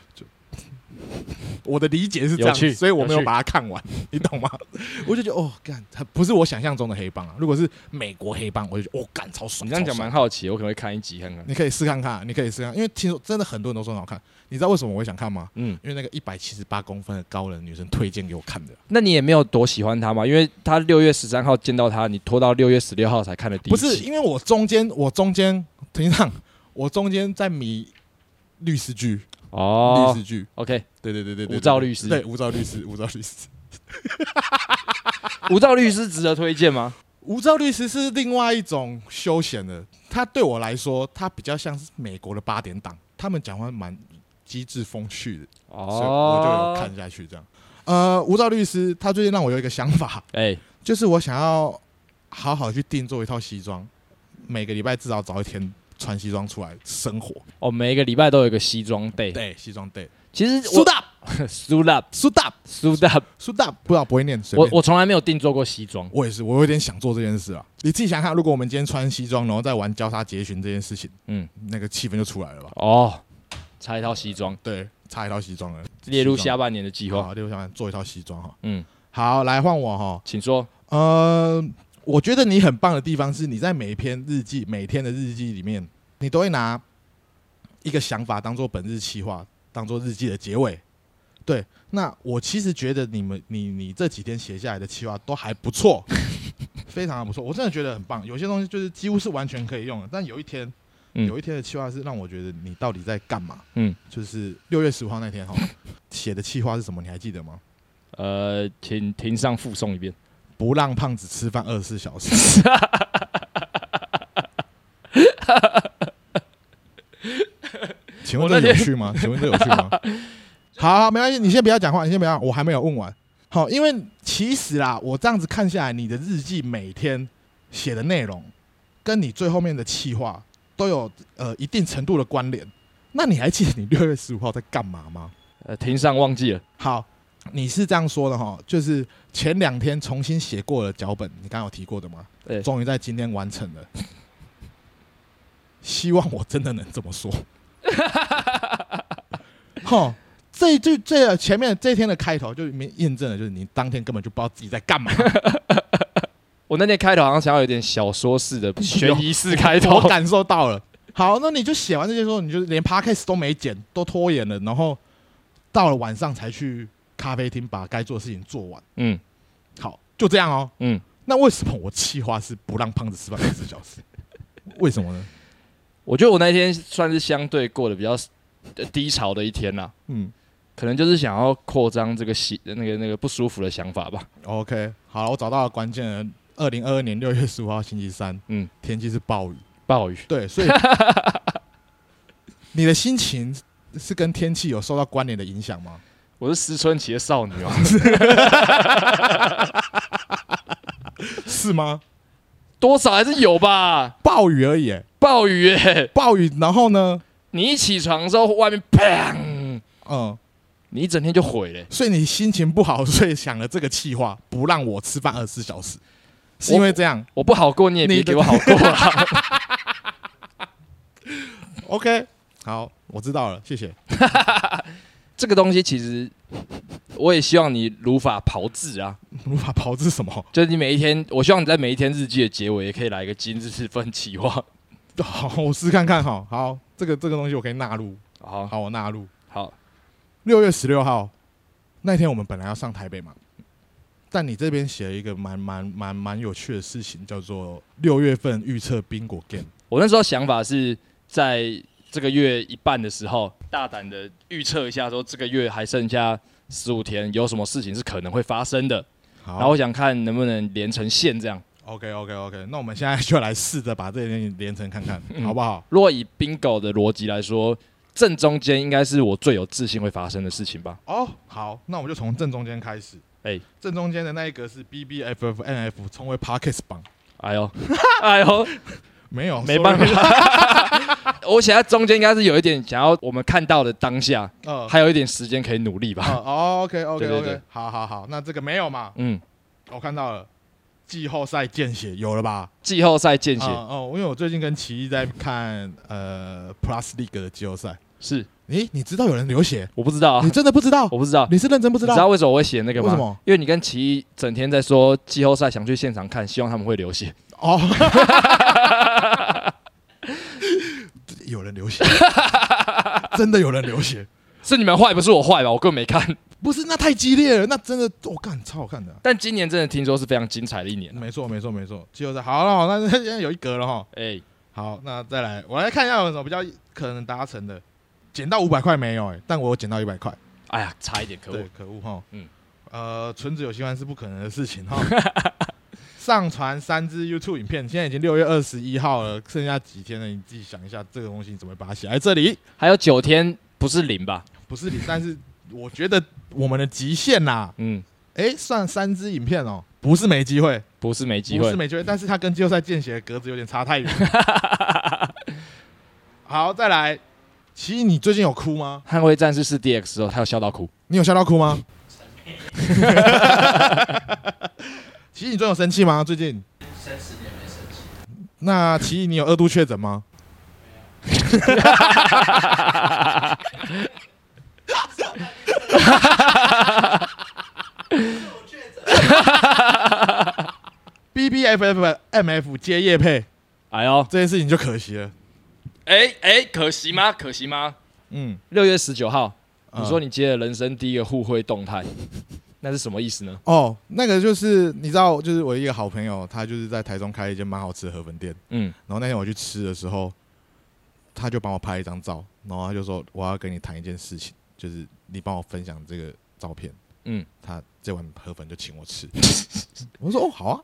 Speaker 2: 我的理解是这
Speaker 1: 有趣
Speaker 2: 样，所以我没
Speaker 1: 有
Speaker 2: 有
Speaker 1: 趣
Speaker 2: 把它看完，你懂吗？我就觉得哦，干，它不是我想象中的黑帮啊。如果是美国黑帮，我就觉得哦，干，超爽。
Speaker 1: 你这样
Speaker 2: 超
Speaker 1: 讲
Speaker 2: 爽
Speaker 1: 蛮好奇，我可能会看一集看看。
Speaker 2: 你可以试看看啊，你可以试看，因为听说真的很多人都说很好看。你知道为什么我会想看吗？
Speaker 1: 嗯，
Speaker 2: 因为那个一百七十八公分的高冷女生推荐给我看的，
Speaker 1: 那你也没有多喜欢他嘛？因为他六月十三号见到他，你拖到六月十六号才看的第一
Speaker 2: 不
Speaker 1: 集。
Speaker 2: 是因为我中间我中间庭上我中间在迷律师剧，
Speaker 1: 哦
Speaker 2: 律师剧，
Speaker 1: ，OK，
Speaker 2: 对对对对对，
Speaker 1: 无照
Speaker 2: 对
Speaker 1: 律师
Speaker 2: 对无照律师，无照律师，
Speaker 1: 无照律师值得推荐吗？
Speaker 2: 无照律师是另外一种休闲的，他对我来说，他比较像是美国的八点档，他们讲话蛮机智风趣的，
Speaker 1: 哦
Speaker 2: 所以我就有看。下去这样。呃，无照律师他最近让我有一个想法，
Speaker 1: 哎，
Speaker 2: 就是我想要好好去定做一套西装，每个礼拜至少找一天穿西装出来生活。
Speaker 1: 哦，每一个礼拜都有一个西装 day。
Speaker 2: 对，西装 day。
Speaker 1: 其实
Speaker 2: 苏
Speaker 1: 我
Speaker 2: 大，
Speaker 1: 苏 up
Speaker 2: 苏大，
Speaker 1: 苏 up，
Speaker 2: 苏大，不知道不会念，随
Speaker 1: 我
Speaker 2: 便。
Speaker 1: 我从来没有定做过西装。
Speaker 2: 我也是，我有点想做这件事啊。你自己想想看，如果我们今天穿西装，然后再玩交叉结询这件事情，
Speaker 1: 嗯，
Speaker 2: 那个气氛就出来了吧？
Speaker 1: 哦，拆一套西装，
Speaker 2: 对，差一套西装了，
Speaker 1: 列入
Speaker 2: 西装
Speaker 1: 下半年的计划。
Speaker 2: 好，六想做一套西装哈。
Speaker 1: 嗯，
Speaker 2: 好，来换我哈。
Speaker 1: 请说。
Speaker 2: 呃，我觉得你很棒的地方是，你在每一篇日记、每天的日记里面，你都会拿一个想法当做本日企划，当做日记的结尾。对，那我其实觉得你们、你、你这几天写下来的企划都还不错，非常的不错，我真的觉得很棒。有些东西就是几乎是完全可以用的，但有一天，
Speaker 1: 嗯
Speaker 2: 有一天的企划是让我觉得你到底在干嘛？
Speaker 1: 嗯，
Speaker 2: 就是六月十五号那天哈，写的企划是什么？你还记得吗？
Speaker 1: 呃，请庭上附送一遍。
Speaker 2: 不让胖子吃饭二十四小时。请 问
Speaker 1: 我那
Speaker 2: 这有
Speaker 1: 天
Speaker 2: 趣吗？请问这有趣吗？好好，没关系，你先不要讲话，你先不要，我还没有问完。好，因为其实啦，我这样子看下来，你的日记每天写的内容，跟你最后面的企划都有呃一定程度的关联。那你还记得你六月十五号在干嘛吗？
Speaker 1: 呃，庭上忘记了。
Speaker 2: 好，你是这样说的哈，就是前两天重新写过的脚本，你刚刚有提过的吗？
Speaker 1: 对
Speaker 2: 终于在今天完成了。 希望我真的能这么说。 哈，这一句这个前面这一天的开头就明验证了，就是你当天根本就不知道自己在干嘛，
Speaker 1: 我那天开头好像想要有点小说式的悬疑式开头
Speaker 2: 我。感受到了。好，那你就写完这些之后，你就连 podcast 都没剪，都拖延了，然后到了晚上才去咖啡厅把该做的事情做完。
Speaker 1: 嗯
Speaker 2: 好，就这样哦。
Speaker 1: 嗯，
Speaker 2: 那为什么我计划是不让胖子吃饭二十四小时？ 为什么呢？
Speaker 1: 我觉得我那天算是相对过得比较呃低潮的一天啦。
Speaker 2: 嗯
Speaker 1: 可能就是想要扩张这个喜那个那个不舒服的想法吧。
Speaker 2: ，OK，好了，我找到了关键了。二零二二年六月十五号星期三，
Speaker 1: 嗯，
Speaker 2: 天气是暴雨，
Speaker 1: 暴雨，
Speaker 2: 对， 所以你的心情是跟天气有受到关联的影响吗？
Speaker 1: 我是思春期的少女哦。
Speaker 2: 是吗？
Speaker 1: 多少还是有吧。
Speaker 2: 暴雨而已、欸，
Speaker 1: 暴雨耶、
Speaker 2: 暴雨，然后呢，
Speaker 1: 你一起床之后，外面砰，
Speaker 2: 嗯，
Speaker 1: 你一整天就毁了、
Speaker 2: 所以你心情不好，所以想了这个计划，不让我吃饭二十四小时，是因为这样
Speaker 1: 我不好过，你也别
Speaker 2: 你的
Speaker 1: 给我好过 啊。
Speaker 2: ？OK，好，我知道了，谢谢。
Speaker 1: 这个东西其实，我也希望你如法炮制啊。
Speaker 2: 无法炮制什么？
Speaker 1: 就是你每一天，我希望你在每一天日记的结尾也可以来一个今日分企划。
Speaker 2: 好，我试看看哈。好，这个这个东西我可以纳入。
Speaker 1: 好
Speaker 2: 好，我纳入。
Speaker 1: 好，
Speaker 2: 六月十六号那天，我们本来要上台北嘛，但你这边写了一个蛮蛮蛮蛮有趣的事情，叫做六月份预测冰果 game。
Speaker 1: 我那时候想法是在这个月一半的时候，大胆的预测一下，说这个月还剩下十五天，有什么事情是可能会发生的。
Speaker 2: 好，
Speaker 1: 然后我想看能不能连成线这样。
Speaker 2: OK OK OK，那我们现在就来试着把这些东西连成看看，好不好？
Speaker 1: 如果以 bingo 的逻辑来说，正中间应该是我最有自信会发生的事情吧？
Speaker 2: 哦，好，那我们就从正中间开始。
Speaker 1: 哎
Speaker 2: 正中间的那一格是 B B F F N F 成为 Parkes 榜，
Speaker 1: 哎呦， 哎呦，
Speaker 2: 没有，
Speaker 1: 没办法。 我想在中间应该是有一点想要我们看到的当下，
Speaker 2: sorry，呃，
Speaker 1: 还有一点时间可以努力吧。
Speaker 2: 哦，OK OK
Speaker 1: 对对对
Speaker 2: OK，好好好，那这个没有嘛？
Speaker 1: 嗯，
Speaker 2: 我看到了，季后赛见血有了吧？
Speaker 1: 季后赛见血、
Speaker 2: 啊哦，因为我最近跟奇艺在看呃 Plus League 的季后赛。
Speaker 1: 是
Speaker 2: 咦，你知道有人流血？
Speaker 1: 我不知道啊
Speaker 2: 你，真的不知道？
Speaker 1: 我不知道。
Speaker 2: 你是认真不知
Speaker 1: 你知道
Speaker 2: 道？
Speaker 1: 为什么我会写那个吗？
Speaker 2: 为什么
Speaker 1: 因为你跟奇艺整天在说季后赛想去现场看，希望他们会流血。
Speaker 2: 哦， 有人流血， 真的有人流血。
Speaker 1: 是你们坏，不是我坏吧？我根本没看。
Speaker 2: 不是，那太激烈了，那真的，我、干超好看的啊、
Speaker 1: 但今年真的听说是非常精彩的一年啊。
Speaker 2: 没错，没错，没错，季后赛好了，好那现在有一格了哈。
Speaker 1: 哎、
Speaker 2: 好，那再来，我来看一下有什么比较可能达成的。捡到五百块没有、哎，但我有捡到一百块。
Speaker 1: 哎呀，差一点，可恶
Speaker 2: 对，。可恶哈。
Speaker 1: 嗯
Speaker 2: 呃，存子有新欢是不可能的事情哈。上传三支 YouTube 影片，现在已经六月二十一号了，剩下几天了，你自己想一下，这个东西你怎么把它写在这里？
Speaker 1: 还有九天不是零吧？
Speaker 2: 不是你，但是我觉得我们的极限啦、
Speaker 1: 嗯，
Speaker 2: 诶，算三支影片哦，不是没机会，
Speaker 1: 不是没机
Speaker 2: 不
Speaker 1: 会嗯
Speaker 2: 是。没机会，但是他跟季后赛见血的格子有点差太远。 好，再来，奇艺，你最近有哭吗？
Speaker 1: 捍卫战士是 DX 哦，他有笑到哭。
Speaker 2: 你有笑到哭吗？ 奇艺，你最近有生气吗？最近？那奇艺，你有二度确诊吗？B B F F M F 接叶配
Speaker 1: 哎呦，
Speaker 2: 这件事情就可惜了。
Speaker 1: 哎哎，可惜吗？可惜吗？
Speaker 2: 嗯，
Speaker 1: 六月十九号，
Speaker 2: 嗯
Speaker 1: 你说你接了人生第一个互惠动态， 那是什么意思呢？
Speaker 2: 哦，那个就是你知道，就是我一个好朋友，他就是在台中开一间蛮好吃的河粉店。
Speaker 1: 嗯，
Speaker 2: 然后那天我去吃的时候，他就帮我拍一张照，然后他就说我要跟你谈一件事情，就是你帮我分享这个照片。
Speaker 1: 嗯，
Speaker 2: 他这碗河粉就请我吃， 我说哦好啊，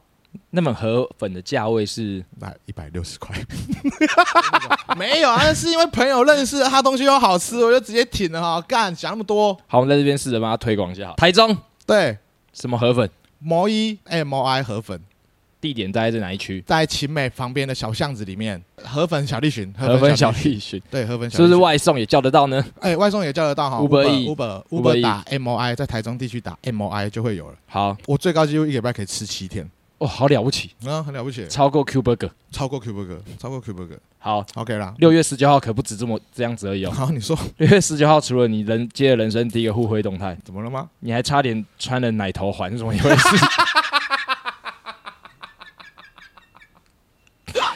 Speaker 1: 那么河粉的价位是
Speaker 2: 那一百六十块， 没有啊，那是因为朋友认识，他东西又好吃，我就直接挺了哈，干想那么多，
Speaker 1: 好，我们在这边试着帮他推广一下好。台中
Speaker 2: 对。
Speaker 1: 什么河粉？
Speaker 2: 毛衣 M O I 河粉
Speaker 1: 地点大概在哪一区？
Speaker 2: 在秦美旁边的小巷子里面，河粉小栗旬，
Speaker 1: 河粉小
Speaker 2: 栗，
Speaker 1: 栗旬，
Speaker 2: 对，河粉小
Speaker 1: 是不是
Speaker 2: 栗旬
Speaker 1: 外送也叫得到呢？
Speaker 2: 哎，外送也叫得到哈
Speaker 1: Uber E
Speaker 2: Uber
Speaker 1: Uber E
Speaker 2: Uber 打 M O I，在台中地区打 M O I 就会有了。
Speaker 1: 好，
Speaker 2: 我最高纪录一个礼拜可以吃七天，
Speaker 1: 哦，好了不起，
Speaker 2: 啊，很了不起，
Speaker 1: 超过 Q Burger。
Speaker 2: 超过 Q Burger，超过 Q Burger，OK
Speaker 1: 好，
Speaker 2: 啦。
Speaker 1: 六月十九号可不止这么这样子而已哦。
Speaker 2: 好，你说
Speaker 1: 六月十九号，除了你人接了人生第一个互惠动态，
Speaker 2: 怎么了吗？
Speaker 1: 你还差点穿了奶头环，是怎么一回事？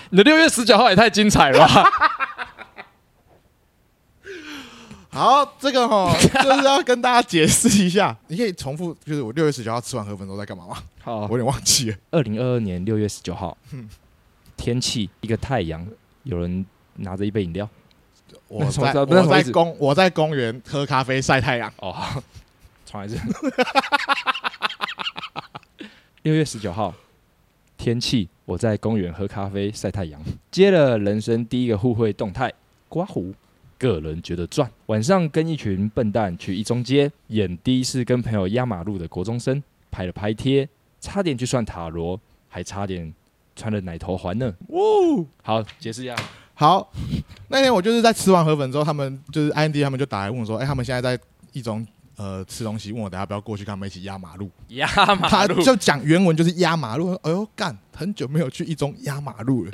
Speaker 1: 你的六月十九号也太精彩了吧！
Speaker 2: 好，这个 哈就是要跟大家解释一下，你可以重复，就是我六月十九号吃完河粉之后在干嘛吗？
Speaker 1: 好
Speaker 2: 我，有点忘 记了。
Speaker 1: 二零二二年六月十九号，天气一个太阳，有人拿着一杯饮料。
Speaker 2: 我
Speaker 1: 那什么
Speaker 2: 在
Speaker 1: 那什么
Speaker 2: 我在
Speaker 1: 意思
Speaker 2: 公我在公园喝咖啡晒太阳，
Speaker 1: 哦，重来一次。 六月十九号，天气，我在公园喝咖啡晒太阳，接了人生第一个互惠动态，刮胡。个人觉得赚。晚上跟一群笨蛋去一中街，演第一次跟朋友压马路的国中生，拍了拍贴，差点去算塔罗，还差点穿了奶头环呢。
Speaker 2: 呜。
Speaker 1: 好，解释一下。
Speaker 2: 好，那天我就是在吃完河粉之后，他们就是 Andy 他们就打来问我说，哎、他们现在在一中呃吃东西，问我等下不要过去跟他们一起压马路。
Speaker 1: 压
Speaker 2: 他就讲原文就是压马路，我说哎呦干，很久没有去一中压马 路了。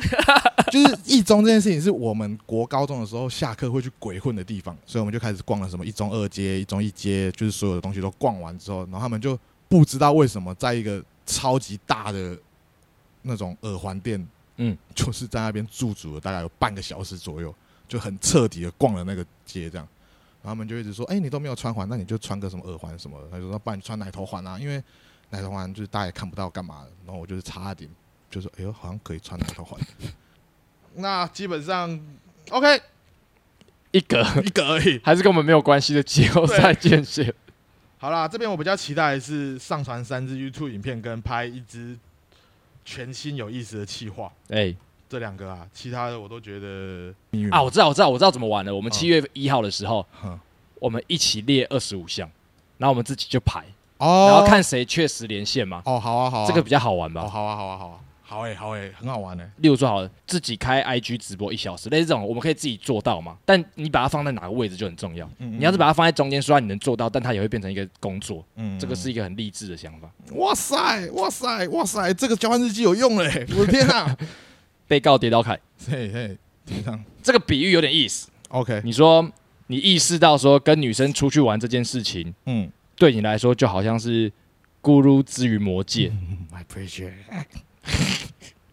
Speaker 2: 就是一中这件事情是我们国高中的时候下课会去鬼混的地方，所以我们就开始逛了什么一中二街、一中一街，就是所有的东西都逛完之后，然后他们就不知道为什么在一个超级大的那种耳环店，
Speaker 1: 嗯，
Speaker 2: 就是在那边驻足了大概有半个小时左右，就很彻底的逛了那个街这样。然后他们就一直说：“哎、你都没有穿环，那你就穿个什么耳环什么的。”他就说：“不然你穿奶头环啊，因为奶头环就是大家也看不到干嘛的。”然后我就是差点就说：“哎呦，好像可以穿奶头环。” 那基本上 OK
Speaker 1: 一格，
Speaker 2: 一个而已。
Speaker 1: 还是跟我们没有关系的季后赛见血。
Speaker 2: 好啦，这边我比较期待的是上传三支 YouTube 影片跟拍一支全新有意思的企划，
Speaker 1: 哎、
Speaker 2: 这两个啊，其他的我都觉得
Speaker 1: 啊，我知道，我知道，我知道怎么玩了。我们
Speaker 2: 嗯
Speaker 1: 七月一号的时候，
Speaker 2: 嗯
Speaker 1: 我们一起列二十五项，然后我们自己就排，
Speaker 2: 哦
Speaker 1: 然后看谁确实连线嘛，
Speaker 2: 哦，好啊，好啊，
Speaker 1: 这个比较好玩
Speaker 2: 哦，
Speaker 1: 吧。
Speaker 2: 好啊，好啊，好啊，好哎、好哎、很好玩哎、
Speaker 1: 例如说，好了，自己开 IG 直播一小时，类似这种，我们可以自己做到嘛。但你把它放在哪个位置就很重要。
Speaker 2: 嗯
Speaker 1: 你要是把它放在中间，虽然你能做到，但它也会变成一个工作。
Speaker 2: 嗯
Speaker 1: 这个是一个很励志的想法。
Speaker 2: 哇塞，哇塞，哇塞，这个交换日记有用嘞、我的天啊！
Speaker 1: 被告跌倒凯，
Speaker 2: 嘿嘿，天上
Speaker 1: 这个比喻有点意思。
Speaker 2: OK，
Speaker 1: 你说你意识到说跟女生出去玩这件事情，
Speaker 2: 嗯
Speaker 1: 对你来说就好像是咕噜之于魔界。
Speaker 2: ，My pleasure，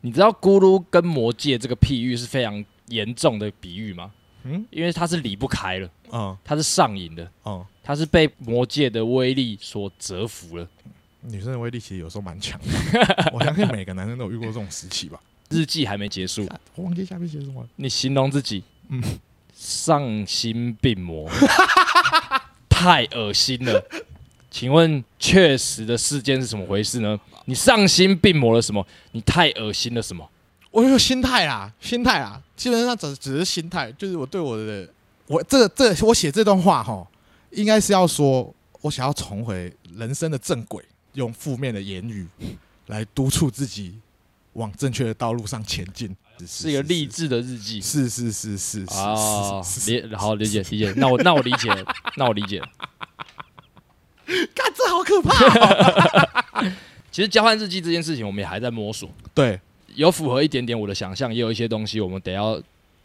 Speaker 1: 你知道咕噜跟魔界这个譬喻是非常严重的比喻吗？
Speaker 2: 嗯
Speaker 1: 因为它是离不开了，
Speaker 2: 嗯
Speaker 1: 它是上瘾的，
Speaker 2: 嗯，
Speaker 1: 它是被魔界的威力所折服了。
Speaker 2: 女生的威力其实有时候蛮强的， 我相信每个男生都有遇过这种时期吧。
Speaker 1: 日记还没结束，
Speaker 2: 我忘记下面写什么了，
Speaker 1: 你形容自己，
Speaker 2: 嗯
Speaker 1: 丧心病魔， 太恶心了。请问确实的事件是怎么回事呢？你丧心病魔了什么？你太恶心了什么？
Speaker 2: 我就说心态啦，心态啦，基本上只只是心态，就是我对我的，我这个这个我写这段话哈，应该是要说我想要重回人生的正轨，用负面的言语来督促自己往正确的道路上前进，
Speaker 1: 是一个励志的日记。
Speaker 2: 是是是是是
Speaker 1: 哦，
Speaker 2: 是是，
Speaker 1: 理好理解理解，那我那我理解了，那我理解了。
Speaker 2: 看这好可怕 哦。
Speaker 1: 其实交换日记这件事情，我们也还在摸索，
Speaker 2: 对，
Speaker 1: 有符合一点点我的想象，也有一些东西我们得要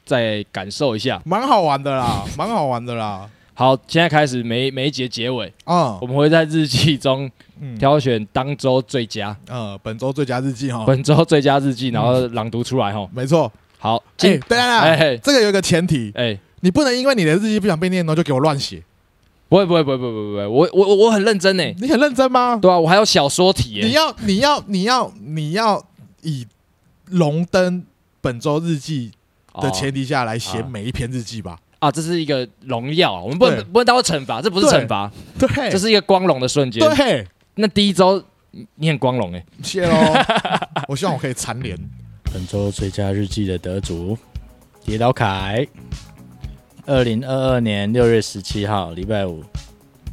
Speaker 1: 再感受一下。
Speaker 2: 蛮好玩的 啦，蛮好玩的啦。
Speaker 1: 好，现在开始每每一节结尾，
Speaker 2: 啊
Speaker 1: 我，们会在日记中
Speaker 2: 嗯，
Speaker 1: 挑选当周最佳、
Speaker 2: 呃，本周最佳日记哈，
Speaker 1: 本周最佳日记，然后朗读出来哈。
Speaker 2: 没错。
Speaker 1: 好，
Speaker 2: 哎，
Speaker 1: 今
Speaker 2: 当然
Speaker 1: 哎
Speaker 2: 啦
Speaker 1: 哎，
Speaker 2: 这个有一个前提，
Speaker 1: 哎，
Speaker 2: 你不能因为你的日记不想被念，然后就给我乱写。
Speaker 1: 不会不会不会不会不会，我我我我很认真呢。
Speaker 2: 你很认真吗？
Speaker 1: 对啊，我还有小说题
Speaker 2: 嗯你
Speaker 1: 耶。
Speaker 2: 要你要你要你要以荣登本周日记的
Speaker 1: 哦
Speaker 2: 前提下来写
Speaker 1: 啊
Speaker 2: 每一篇日记吧。
Speaker 1: 啊，这是一个荣耀，啊我们不
Speaker 2: 对
Speaker 1: 能不能当做惩罚，这不是
Speaker 2: 对
Speaker 1: 惩罚，
Speaker 2: 对，
Speaker 1: 这是一个光荣的瞬间。
Speaker 2: 对，
Speaker 1: 那第一周你你很光荣哎，
Speaker 2: 谢 喽。我希望我可以蝉联。
Speaker 3: 本周最佳日记的得主跌倒凯，二零二二年六月十七号，礼拜五，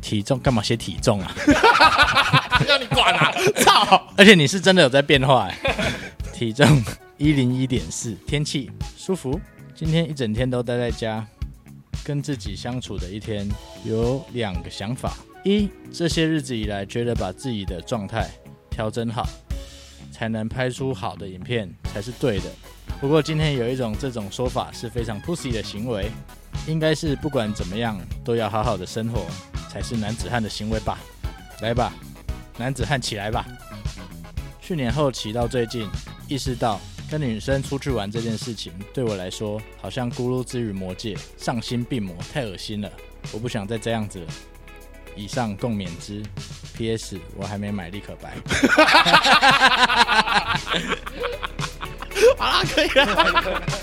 Speaker 3: 体重干嘛写体重啊？
Speaker 1: 要你管 啊！
Speaker 3: 而且你是真的有在变化、欸， 体重一零一点四，天气舒服，今天一整天都待在家，跟自己相处的一天，有两个想法：一，这些日子以来，觉得把自己的状态调整好，才能拍出好的影片，才是对的。不过今天有一种这种说法是非常 pussy 的行为，应该是不管怎么样都要好好的生活，才是男子汉的行为吧？来吧，男子汉起来吧！去年后期到最近，意识到跟女生出去玩这件事情对我来说，好像咕噜之于魔界，丧心病魔，太恶心了，我不想再这样子了。以上共勉之。P.S. 我还没买立可白。
Speaker 2: 好啦，可以了。